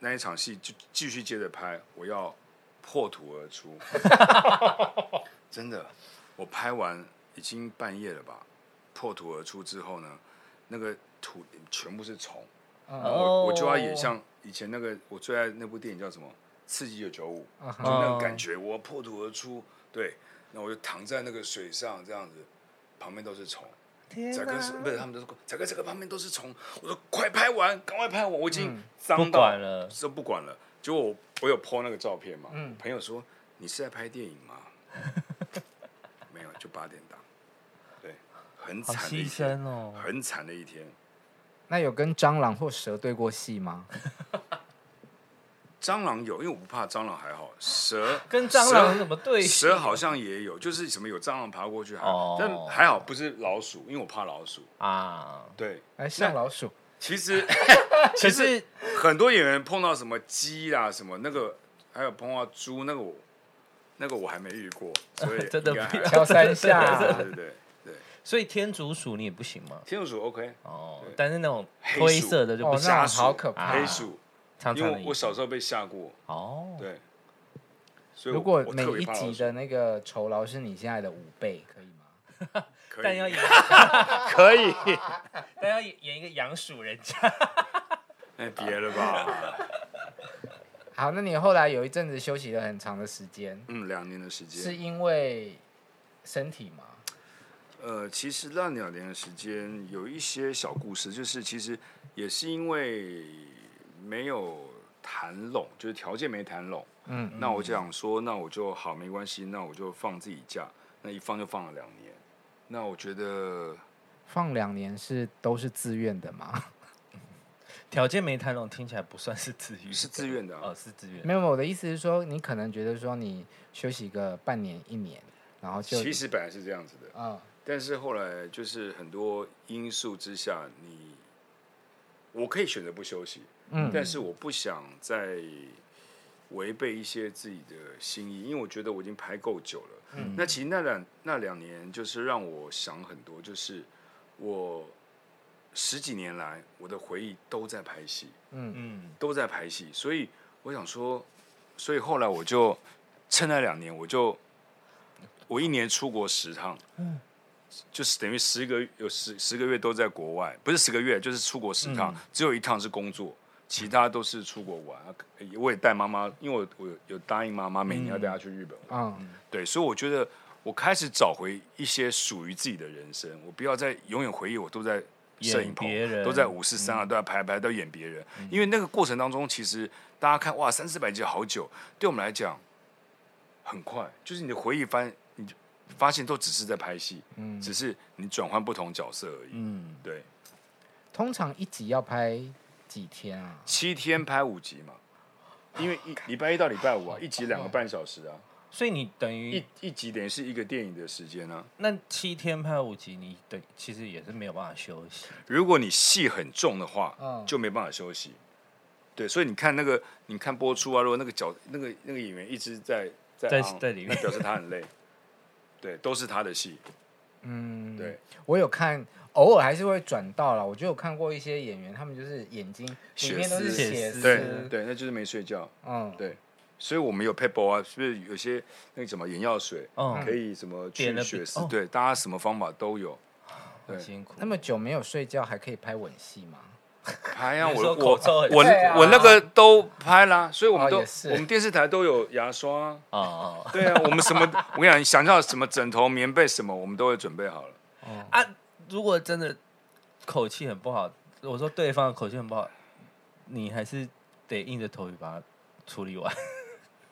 [SPEAKER 3] 那一场戏就继续接着拍，我要破土而 出。真的，我拍完已经半夜了吧？破土而出之后呢，那个土全部是虫，我我就要
[SPEAKER 4] 哦
[SPEAKER 3] 演像以前那个我最爱那部电影叫什么《刺激九九五》，
[SPEAKER 4] 啊
[SPEAKER 3] 就那种
[SPEAKER 4] 哦
[SPEAKER 3] 感觉，我破土而出，对，那我就躺在那个水上这样子，旁边都是虫，
[SPEAKER 4] 天
[SPEAKER 3] 仔哥是不
[SPEAKER 4] 哪！
[SPEAKER 3] 是他们都说仔哥这个旁边都是虫，我说快拍完，赶快拍完，我已经
[SPEAKER 7] 嗯
[SPEAKER 3] 脏到、
[SPEAKER 4] 不管了
[SPEAKER 3] 这不管了。结果我我有 po 那个照片嘛，
[SPEAKER 7] 嗯
[SPEAKER 3] 朋友说你是在拍电影 吗？没有，就八点档，对，很
[SPEAKER 4] 好
[SPEAKER 3] 惨的一
[SPEAKER 4] 牺
[SPEAKER 3] 天，
[SPEAKER 4] 牲 哦，
[SPEAKER 3] 很惨的一天。
[SPEAKER 7] 那有跟蟑螂或蛇对过 戏吗？
[SPEAKER 3] 蟑螂有，因为我不怕蟑螂还好，蛇
[SPEAKER 4] 跟蟑螂
[SPEAKER 3] 蛇
[SPEAKER 4] 怎么对戏？
[SPEAKER 3] 蛇好像也有，就是什么有蟑螂爬过去还好，
[SPEAKER 4] 哦
[SPEAKER 3] 但还好不是老鼠，因为我怕老鼠。
[SPEAKER 4] 啊，
[SPEAKER 3] 对，
[SPEAKER 7] 来，哎像老鼠，
[SPEAKER 3] 其实其实很多演员碰到什么鸡啦，什么那个，还有碰到猪那个我，那个我还没遇过，所以
[SPEAKER 4] 真的
[SPEAKER 3] 应该还
[SPEAKER 4] 不
[SPEAKER 7] 敲三
[SPEAKER 3] 对
[SPEAKER 7] 下
[SPEAKER 3] 对，对对对，
[SPEAKER 4] 所以天竺鼠你也不行吗？
[SPEAKER 3] 天竺鼠 OK，
[SPEAKER 4] 哦
[SPEAKER 3] 对，
[SPEAKER 4] 但是那种
[SPEAKER 3] 黑
[SPEAKER 4] 灰
[SPEAKER 3] 鼠
[SPEAKER 4] 色的就不
[SPEAKER 7] 哦
[SPEAKER 4] 行
[SPEAKER 7] 那。
[SPEAKER 3] 家鼠
[SPEAKER 7] 好可怕
[SPEAKER 3] 黑鼠，
[SPEAKER 4] 长
[SPEAKER 3] 因
[SPEAKER 4] 长的
[SPEAKER 3] 为
[SPEAKER 4] 尾
[SPEAKER 3] 我小
[SPEAKER 4] 巴
[SPEAKER 3] 时候被吓过，
[SPEAKER 4] 哦，
[SPEAKER 3] 对，所以我
[SPEAKER 7] 如果
[SPEAKER 3] 我
[SPEAKER 7] 每
[SPEAKER 3] 特别
[SPEAKER 7] 一
[SPEAKER 3] 怕老
[SPEAKER 7] 集
[SPEAKER 3] 鼠
[SPEAKER 7] 的那个酬劳是你现在的五倍，可以吗？
[SPEAKER 3] 可以
[SPEAKER 4] 但要演，
[SPEAKER 3] 可以，
[SPEAKER 4] 但要演演一个养鼠人家。
[SPEAKER 3] 哎别了吧，
[SPEAKER 7] 好，那你后来有一阵子休息了很长的时间，
[SPEAKER 3] 嗯，两年的时间
[SPEAKER 7] 是因为身体吗？
[SPEAKER 3] 呃，其实那两年的时间有一些小故事，就是其实也是因为没有谈拢，就是条件没谈拢。
[SPEAKER 7] 嗯，
[SPEAKER 3] 那我就想说，那我就好，没关系，那我就放自己假，那一放就放了两年。那我觉得
[SPEAKER 7] 放两年是都是自愿的吗？
[SPEAKER 4] 条件没谈拢，听起来不算是自愿，
[SPEAKER 3] 是自愿的啊
[SPEAKER 4] 哦，是自愿。
[SPEAKER 7] 没有，我的意思是说，你可能觉得说你休息个半年一年，然后就
[SPEAKER 3] 其实本来是这样子的，
[SPEAKER 7] 嗯
[SPEAKER 3] 但是后来就是很多因素之下，你我可以选择不休息，
[SPEAKER 7] 嗯
[SPEAKER 3] 但是我不想再违背一些自己的心意，因为我觉得我已经拍够久了。
[SPEAKER 7] 嗯
[SPEAKER 3] 那其实那两那两年就是让我想很多，就是我十几年来，我的回忆都在拍戏，
[SPEAKER 7] 嗯，
[SPEAKER 4] 嗯，
[SPEAKER 3] 都在拍戏，所以我想说，所以后来我就趁那两年，我就我一年出国十趟，就是等于十个有十十个月都在国外，不是十个月，就是出国十趟，只有一趟是工作，其他都是出国玩。啊我也带妈妈，因为我我有有答应妈妈每年要带她去日本玩，
[SPEAKER 7] 嗯，
[SPEAKER 3] 对，所以我觉得我开始找回一些属于自己的人生，我不要再永远回忆我都在摄影棚
[SPEAKER 4] 演别人，嗯
[SPEAKER 3] 都在五四三啊，都在排排，都演别人。因为那个过程当中，其实大家看哇，三四百集好久，对我们来讲很快，就是你的回忆翻，你就发现都只是在拍戏，只是你转换不同角色而已。
[SPEAKER 4] 嗯，
[SPEAKER 3] 对，
[SPEAKER 7] 通常一集要拍几天啊？
[SPEAKER 3] 七天拍五集嘛，因为一礼拜一到礼拜五啊，一集两个半小时啊，
[SPEAKER 4] 所以哦你等于
[SPEAKER 3] 一一集等于是一个电影的时间啊。
[SPEAKER 4] 那七天拍五集，你等其实也是没有办法休息。
[SPEAKER 3] 如果你戏很重的话，
[SPEAKER 7] 嗯
[SPEAKER 3] 就没办法休息。对，所以你看那个，你看播出啊，如果那个角那个那个演员一直在在
[SPEAKER 4] 在
[SPEAKER 3] 昂
[SPEAKER 4] 在里面
[SPEAKER 3] 那表示他很累。对，都是他的戏。
[SPEAKER 7] 嗯，
[SPEAKER 3] 对，
[SPEAKER 7] 我有看，偶尔还是会转到了。我就有看过一些演员，他们就是眼睛里面都是
[SPEAKER 3] 血
[SPEAKER 4] 丝
[SPEAKER 7] 血
[SPEAKER 4] 是
[SPEAKER 3] 对
[SPEAKER 7] 丝，
[SPEAKER 3] 对，那就是没睡觉。
[SPEAKER 7] 嗯，
[SPEAKER 3] 对所以我们有 p a p e 啊，是不是有些那个什么眼药水，
[SPEAKER 4] 嗯
[SPEAKER 3] 可以什么去
[SPEAKER 4] 点了
[SPEAKER 3] 血丝？
[SPEAKER 4] 哦
[SPEAKER 3] 对，大家什么方法都有。对
[SPEAKER 4] 很辛苦。
[SPEAKER 7] 那么久没有睡觉，还可以拍吻戏吗？
[SPEAKER 3] 拍 啊，
[SPEAKER 4] 你
[SPEAKER 3] 我
[SPEAKER 4] 说
[SPEAKER 3] 我
[SPEAKER 4] 口罩很
[SPEAKER 3] 我
[SPEAKER 7] 对啊
[SPEAKER 3] 我那个都拍啦，所以我们
[SPEAKER 7] 哦
[SPEAKER 3] 都
[SPEAKER 7] 也是
[SPEAKER 3] 我们电视台都有牙刷啊。
[SPEAKER 4] 哦哦
[SPEAKER 3] 对啊，我们什么，我跟你讲，想要什么枕头、棉被什么，我们都会准备好了。
[SPEAKER 4] 啊！如果真的口气很不好，我说对方的口气很不好，你还是得硬着头皮把它处理完。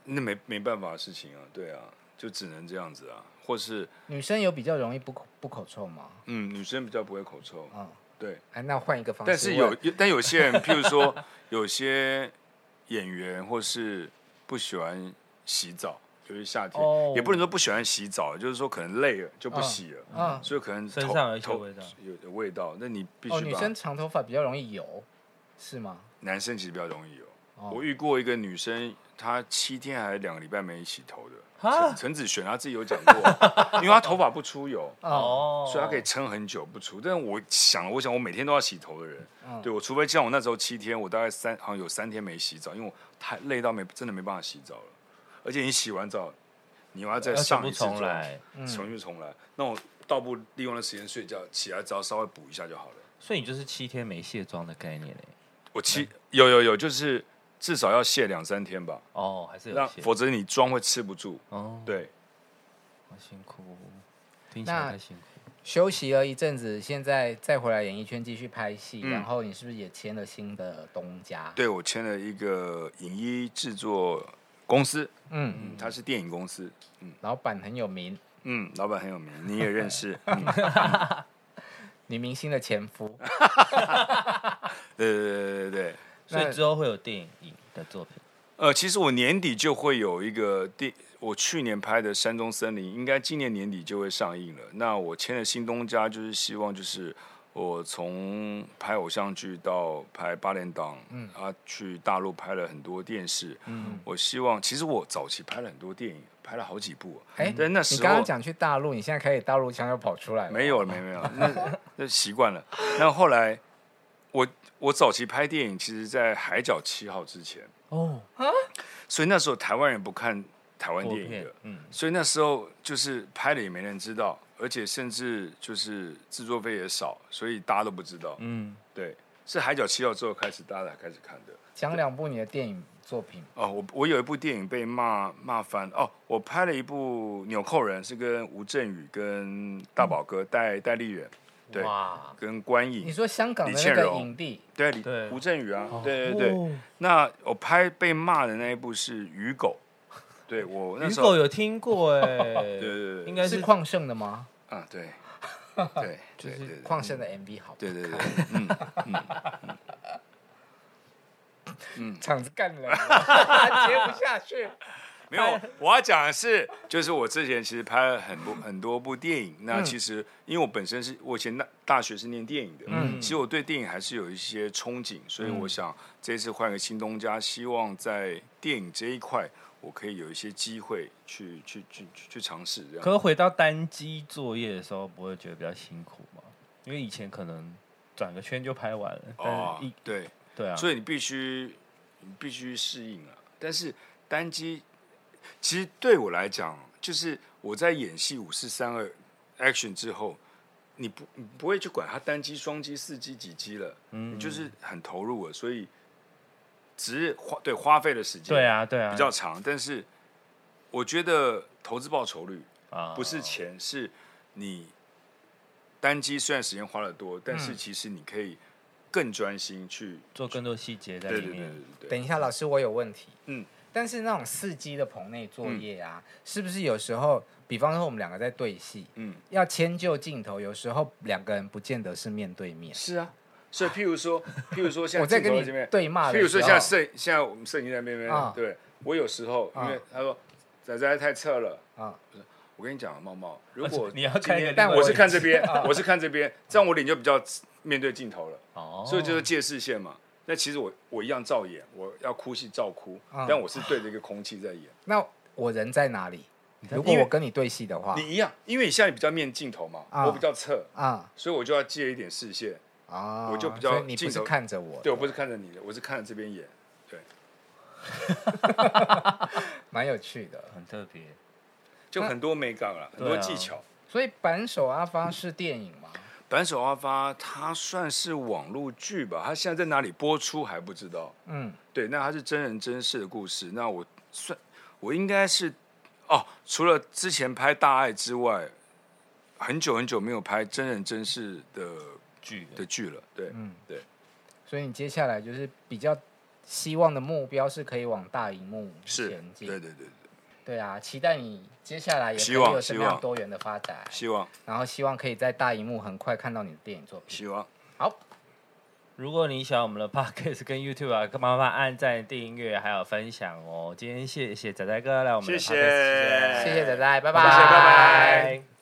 [SPEAKER 3] 那没没办法的事情啊，对啊，就只能这样子啊，或是
[SPEAKER 7] 女生有比较容易不口不口臭吗？
[SPEAKER 3] 嗯，女生比较不会口臭，
[SPEAKER 4] 啊
[SPEAKER 7] 嗯，
[SPEAKER 3] 对，
[SPEAKER 7] 哎，那换一个方式
[SPEAKER 3] 但
[SPEAKER 7] 问，
[SPEAKER 3] 是有但有些人，譬如说 有些演员或是不喜欢洗澡，尤其夏天，
[SPEAKER 4] 哦啊
[SPEAKER 3] 也不能说不喜欢洗澡，就是说可能累了就不
[SPEAKER 7] 嗯
[SPEAKER 3] 洗了，
[SPEAKER 7] 嗯
[SPEAKER 3] 所以可能头
[SPEAKER 4] 身上有一些
[SPEAKER 3] 头
[SPEAKER 4] 味道
[SPEAKER 3] 有有味道，那你必
[SPEAKER 7] 哦，
[SPEAKER 3] 须
[SPEAKER 7] 女
[SPEAKER 3] 把、
[SPEAKER 7] 生长头发比较容易油，是吗？
[SPEAKER 3] 男生其实比较容易有。
[SPEAKER 7] 哦
[SPEAKER 3] 我遇过一个女生，她七天还是两个礼拜没洗头的。
[SPEAKER 4] 啊
[SPEAKER 3] 陈陈子璇她自己有讲过，因 为她头发不出油，
[SPEAKER 7] 哦，
[SPEAKER 4] 哦
[SPEAKER 3] 所以她可以撑很久不出。但我想，我想我每天都要洗头的人，
[SPEAKER 7] 嗯
[SPEAKER 3] 对我，除非像我那时候七天，我大概三好像有三天没洗澡，因为我太累到没真的没办法洗澡了。而且你洗完澡，你又要再
[SPEAKER 4] 要全
[SPEAKER 3] 上
[SPEAKER 4] 部
[SPEAKER 3] 一次妆
[SPEAKER 4] 重，来。
[SPEAKER 3] 重新重来。那我倒不如利用那时间睡觉，起来只要稍微补一下就好了。
[SPEAKER 4] 所以你就是七天没卸妆的概念嘞。
[SPEAKER 3] 我七有有有，就是至少要卸两三天吧。
[SPEAKER 4] 哦，还是有
[SPEAKER 3] 那
[SPEAKER 4] 卸。
[SPEAKER 3] 否则你妆会吃不住。
[SPEAKER 4] 哦，，
[SPEAKER 3] 对，
[SPEAKER 4] 好辛苦，听起来
[SPEAKER 7] 那
[SPEAKER 4] 太辛苦。
[SPEAKER 7] 休息了一阵子，现在再回来演艺圈继续拍戏，
[SPEAKER 3] 嗯
[SPEAKER 7] 然后你是不是也签了新的东家？，
[SPEAKER 3] 对我签了一个影衣制作公司，
[SPEAKER 7] 嗯，
[SPEAKER 3] 嗯，它是电影公司，
[SPEAKER 7] 老板很有名，
[SPEAKER 3] 嗯，老板很有名，你也认识，嗯，
[SPEAKER 7] 女明星的前夫。
[SPEAKER 3] 啊对对对对对。
[SPEAKER 4] 所
[SPEAKER 7] 那
[SPEAKER 4] 以之后会有电影的作品。
[SPEAKER 3] 呃，其实我年底就会有一个电，我去年拍的《山中森林》，应该今年年底就会上映了。那我签了新东家，就是希望就是我从拍偶像剧到拍八连档，嗯，啊，去大陆拍了很多电视，嗯，我希望其实我早期拍了很多电影，拍了好几部，
[SPEAKER 7] 哎
[SPEAKER 3] 但那时
[SPEAKER 7] 你
[SPEAKER 3] 候
[SPEAKER 7] 刚刚讲去大陆，你现在开始大陆腔又跑出来了。
[SPEAKER 3] 没有了，没有没有，那 那习惯了。那后来，我我早期拍电影，其实在《海角七号》之前，
[SPEAKER 4] 哦，
[SPEAKER 3] 所以那时候台湾人不看台湾
[SPEAKER 4] 国
[SPEAKER 3] 电影
[SPEAKER 4] 片
[SPEAKER 3] 的，，
[SPEAKER 4] 嗯，
[SPEAKER 3] 所以那时候就是拍了也没人知道，而且甚至就是制作费也少，所以大家都不知道。
[SPEAKER 4] 嗯，
[SPEAKER 3] 对，是《海角七号》之后开始大家才开始看的。
[SPEAKER 7] 讲两部你的电影作品。
[SPEAKER 3] 哦，我我有一部电影被骂骂翻哦，我拍了一部《纽扣人》，是跟吴镇宇、跟大宝哥、戴戴立远、对
[SPEAKER 4] 哇，
[SPEAKER 3] 跟关颖
[SPEAKER 7] 你。说香港的
[SPEAKER 3] 李
[SPEAKER 7] 那
[SPEAKER 3] 倩
[SPEAKER 7] 个
[SPEAKER 3] 蓉
[SPEAKER 7] 影帝，
[SPEAKER 3] 对，李
[SPEAKER 4] 对哦
[SPEAKER 3] 吴镇宇啊，对对对。那我拍被骂的那一部是《鱼狗》，对我那
[SPEAKER 4] 鱼
[SPEAKER 3] 时候
[SPEAKER 4] 狗有听过哎，
[SPEAKER 3] 对
[SPEAKER 4] 对
[SPEAKER 3] 对对
[SPEAKER 4] 应该
[SPEAKER 7] 是
[SPEAKER 4] 是
[SPEAKER 7] 旷盛的吗？
[SPEAKER 3] 啊， 对对
[SPEAKER 4] 就
[SPEAKER 3] 对
[SPEAKER 4] 是
[SPEAKER 3] 对
[SPEAKER 7] 旷盛的 MV 好，
[SPEAKER 3] 对对对对， 嗯，
[SPEAKER 7] 场子干 冷了，接不下去。
[SPEAKER 3] 没有，我要讲的是，就是我之前其实拍了很多很多部电
[SPEAKER 4] 嗯
[SPEAKER 3] 影。那其实因为我本身是我以前大大学是念电影的，
[SPEAKER 7] 嗯
[SPEAKER 3] 其实我对电影还是有一些憧憬，所以
[SPEAKER 4] 嗯
[SPEAKER 3] 我想这次换个新东家，希望在电影这一块，我可以有一些机会去去去去去尝试这样。
[SPEAKER 4] 可是回到单机作业的时候，不会觉得比较辛苦吗？因为以前可能转个圈就拍完了。但
[SPEAKER 3] 哦
[SPEAKER 4] 是一，
[SPEAKER 3] 对，
[SPEAKER 4] 对啊，
[SPEAKER 3] 所以你必须你必须适应啊。但是单机其实对我来讲，就是我在演戏五四三二 action 之后，你不你不会去管它单机、双机、四机、几机了，
[SPEAKER 4] 嗯
[SPEAKER 3] 你就是很投入了，所以只是花对花费的时间
[SPEAKER 4] 对啊，对啊，
[SPEAKER 3] 比较长，但是我觉得投资报酬率
[SPEAKER 4] 啊，
[SPEAKER 3] 不是钱，是你单机虽然时间花的多，但是
[SPEAKER 7] 嗯
[SPEAKER 3] 其实你可以更专心去。
[SPEAKER 4] 做更多细节在
[SPEAKER 3] 对
[SPEAKER 4] 里
[SPEAKER 3] 对对
[SPEAKER 4] 面。
[SPEAKER 3] 对
[SPEAKER 7] 等
[SPEAKER 3] 对，
[SPEAKER 7] 一下，老师，我有问题。
[SPEAKER 3] 嗯，
[SPEAKER 7] 但是那种四机的棚内作业啊，是不是有时候，比方说我们两个在对戏，
[SPEAKER 3] 嗯，
[SPEAKER 7] 要迁就镜头，有时候两个人不见得是面对面。
[SPEAKER 3] 是啊。所以，譬如说，譬如说，像
[SPEAKER 7] 我在跟
[SPEAKER 3] 镜头
[SPEAKER 7] 你
[SPEAKER 3] 这边
[SPEAKER 7] 对骂的
[SPEAKER 3] 譬如说，
[SPEAKER 7] 时
[SPEAKER 3] 像
[SPEAKER 7] 候
[SPEAKER 3] 摄，现在我们摄影在那边
[SPEAKER 7] 啊，
[SPEAKER 3] 对我有时候，因为
[SPEAKER 7] 啊
[SPEAKER 3] 他说仔仔太侧了，
[SPEAKER 7] 啊，
[SPEAKER 3] 我跟你讲，茂茂，如果
[SPEAKER 4] 你要
[SPEAKER 3] 今
[SPEAKER 4] 看一
[SPEAKER 3] 天
[SPEAKER 4] 个
[SPEAKER 7] 但
[SPEAKER 3] 我
[SPEAKER 7] 我
[SPEAKER 3] 是看这边，
[SPEAKER 7] 啊
[SPEAKER 3] 我是看这边，这样我脸就比较面对镜头了。
[SPEAKER 4] 哦，
[SPEAKER 3] 所以就是借视线嘛。那其实我我一样照演，我要哭戏照哭，
[SPEAKER 7] 啊
[SPEAKER 3] 但我是对着一个空气在演。
[SPEAKER 7] 那我人在哪里？如果
[SPEAKER 3] 因为
[SPEAKER 7] 我跟你对戏的话，
[SPEAKER 3] 你一样，因为你现在比较面镜头嘛，
[SPEAKER 7] 啊
[SPEAKER 3] 我比较侧，
[SPEAKER 7] 啊
[SPEAKER 3] 所以我就要借一点视线。
[SPEAKER 7] 啊，
[SPEAKER 3] 我就比较
[SPEAKER 7] 所以你不
[SPEAKER 3] 镜
[SPEAKER 7] 是
[SPEAKER 3] 头
[SPEAKER 7] 看着我，
[SPEAKER 3] 对我不是看着你的，我是看着这边演。对，
[SPEAKER 7] 蛮有趣的。
[SPEAKER 4] 很特别。
[SPEAKER 3] 就很多美感了，很
[SPEAKER 4] 对啊
[SPEAKER 3] 多技巧。
[SPEAKER 7] 所以板手阿发是电影吗？
[SPEAKER 3] 板手阿发它算是网络剧吧，它现在在哪里播出还不知道。
[SPEAKER 7] 嗯，
[SPEAKER 3] 对，那它是真人真事的故事。那我算我应该是哦，除了之前拍《大爱》之外，很久很久没有拍真人真事的
[SPEAKER 4] 剧
[SPEAKER 3] 的剧了。对，
[SPEAKER 7] 嗯
[SPEAKER 3] 对。
[SPEAKER 7] 所以你接下来就是比较希望的目标是可以往大荧幕
[SPEAKER 3] 是，
[SPEAKER 7] 前进。
[SPEAKER 3] 对对对对，
[SPEAKER 7] 对啊，期待你接下来也可以
[SPEAKER 3] 希望
[SPEAKER 7] 有什么
[SPEAKER 3] 希
[SPEAKER 7] 样
[SPEAKER 3] 望
[SPEAKER 7] 多元的发展，
[SPEAKER 3] 希望
[SPEAKER 7] 然后希望可以在大荧幕很快看到你的电影作品。
[SPEAKER 3] 希望，
[SPEAKER 7] 好，
[SPEAKER 4] 如果你喜欢我们的 podcast 跟 YouTube 啊，麻烦按赞、订阅还有分享哦。今天谢谢仔仔哥来我们的 podcast，
[SPEAKER 3] 哎谢谢
[SPEAKER 7] 谢谢仔仔，拜
[SPEAKER 4] 拜
[SPEAKER 7] 拜
[SPEAKER 4] 拜。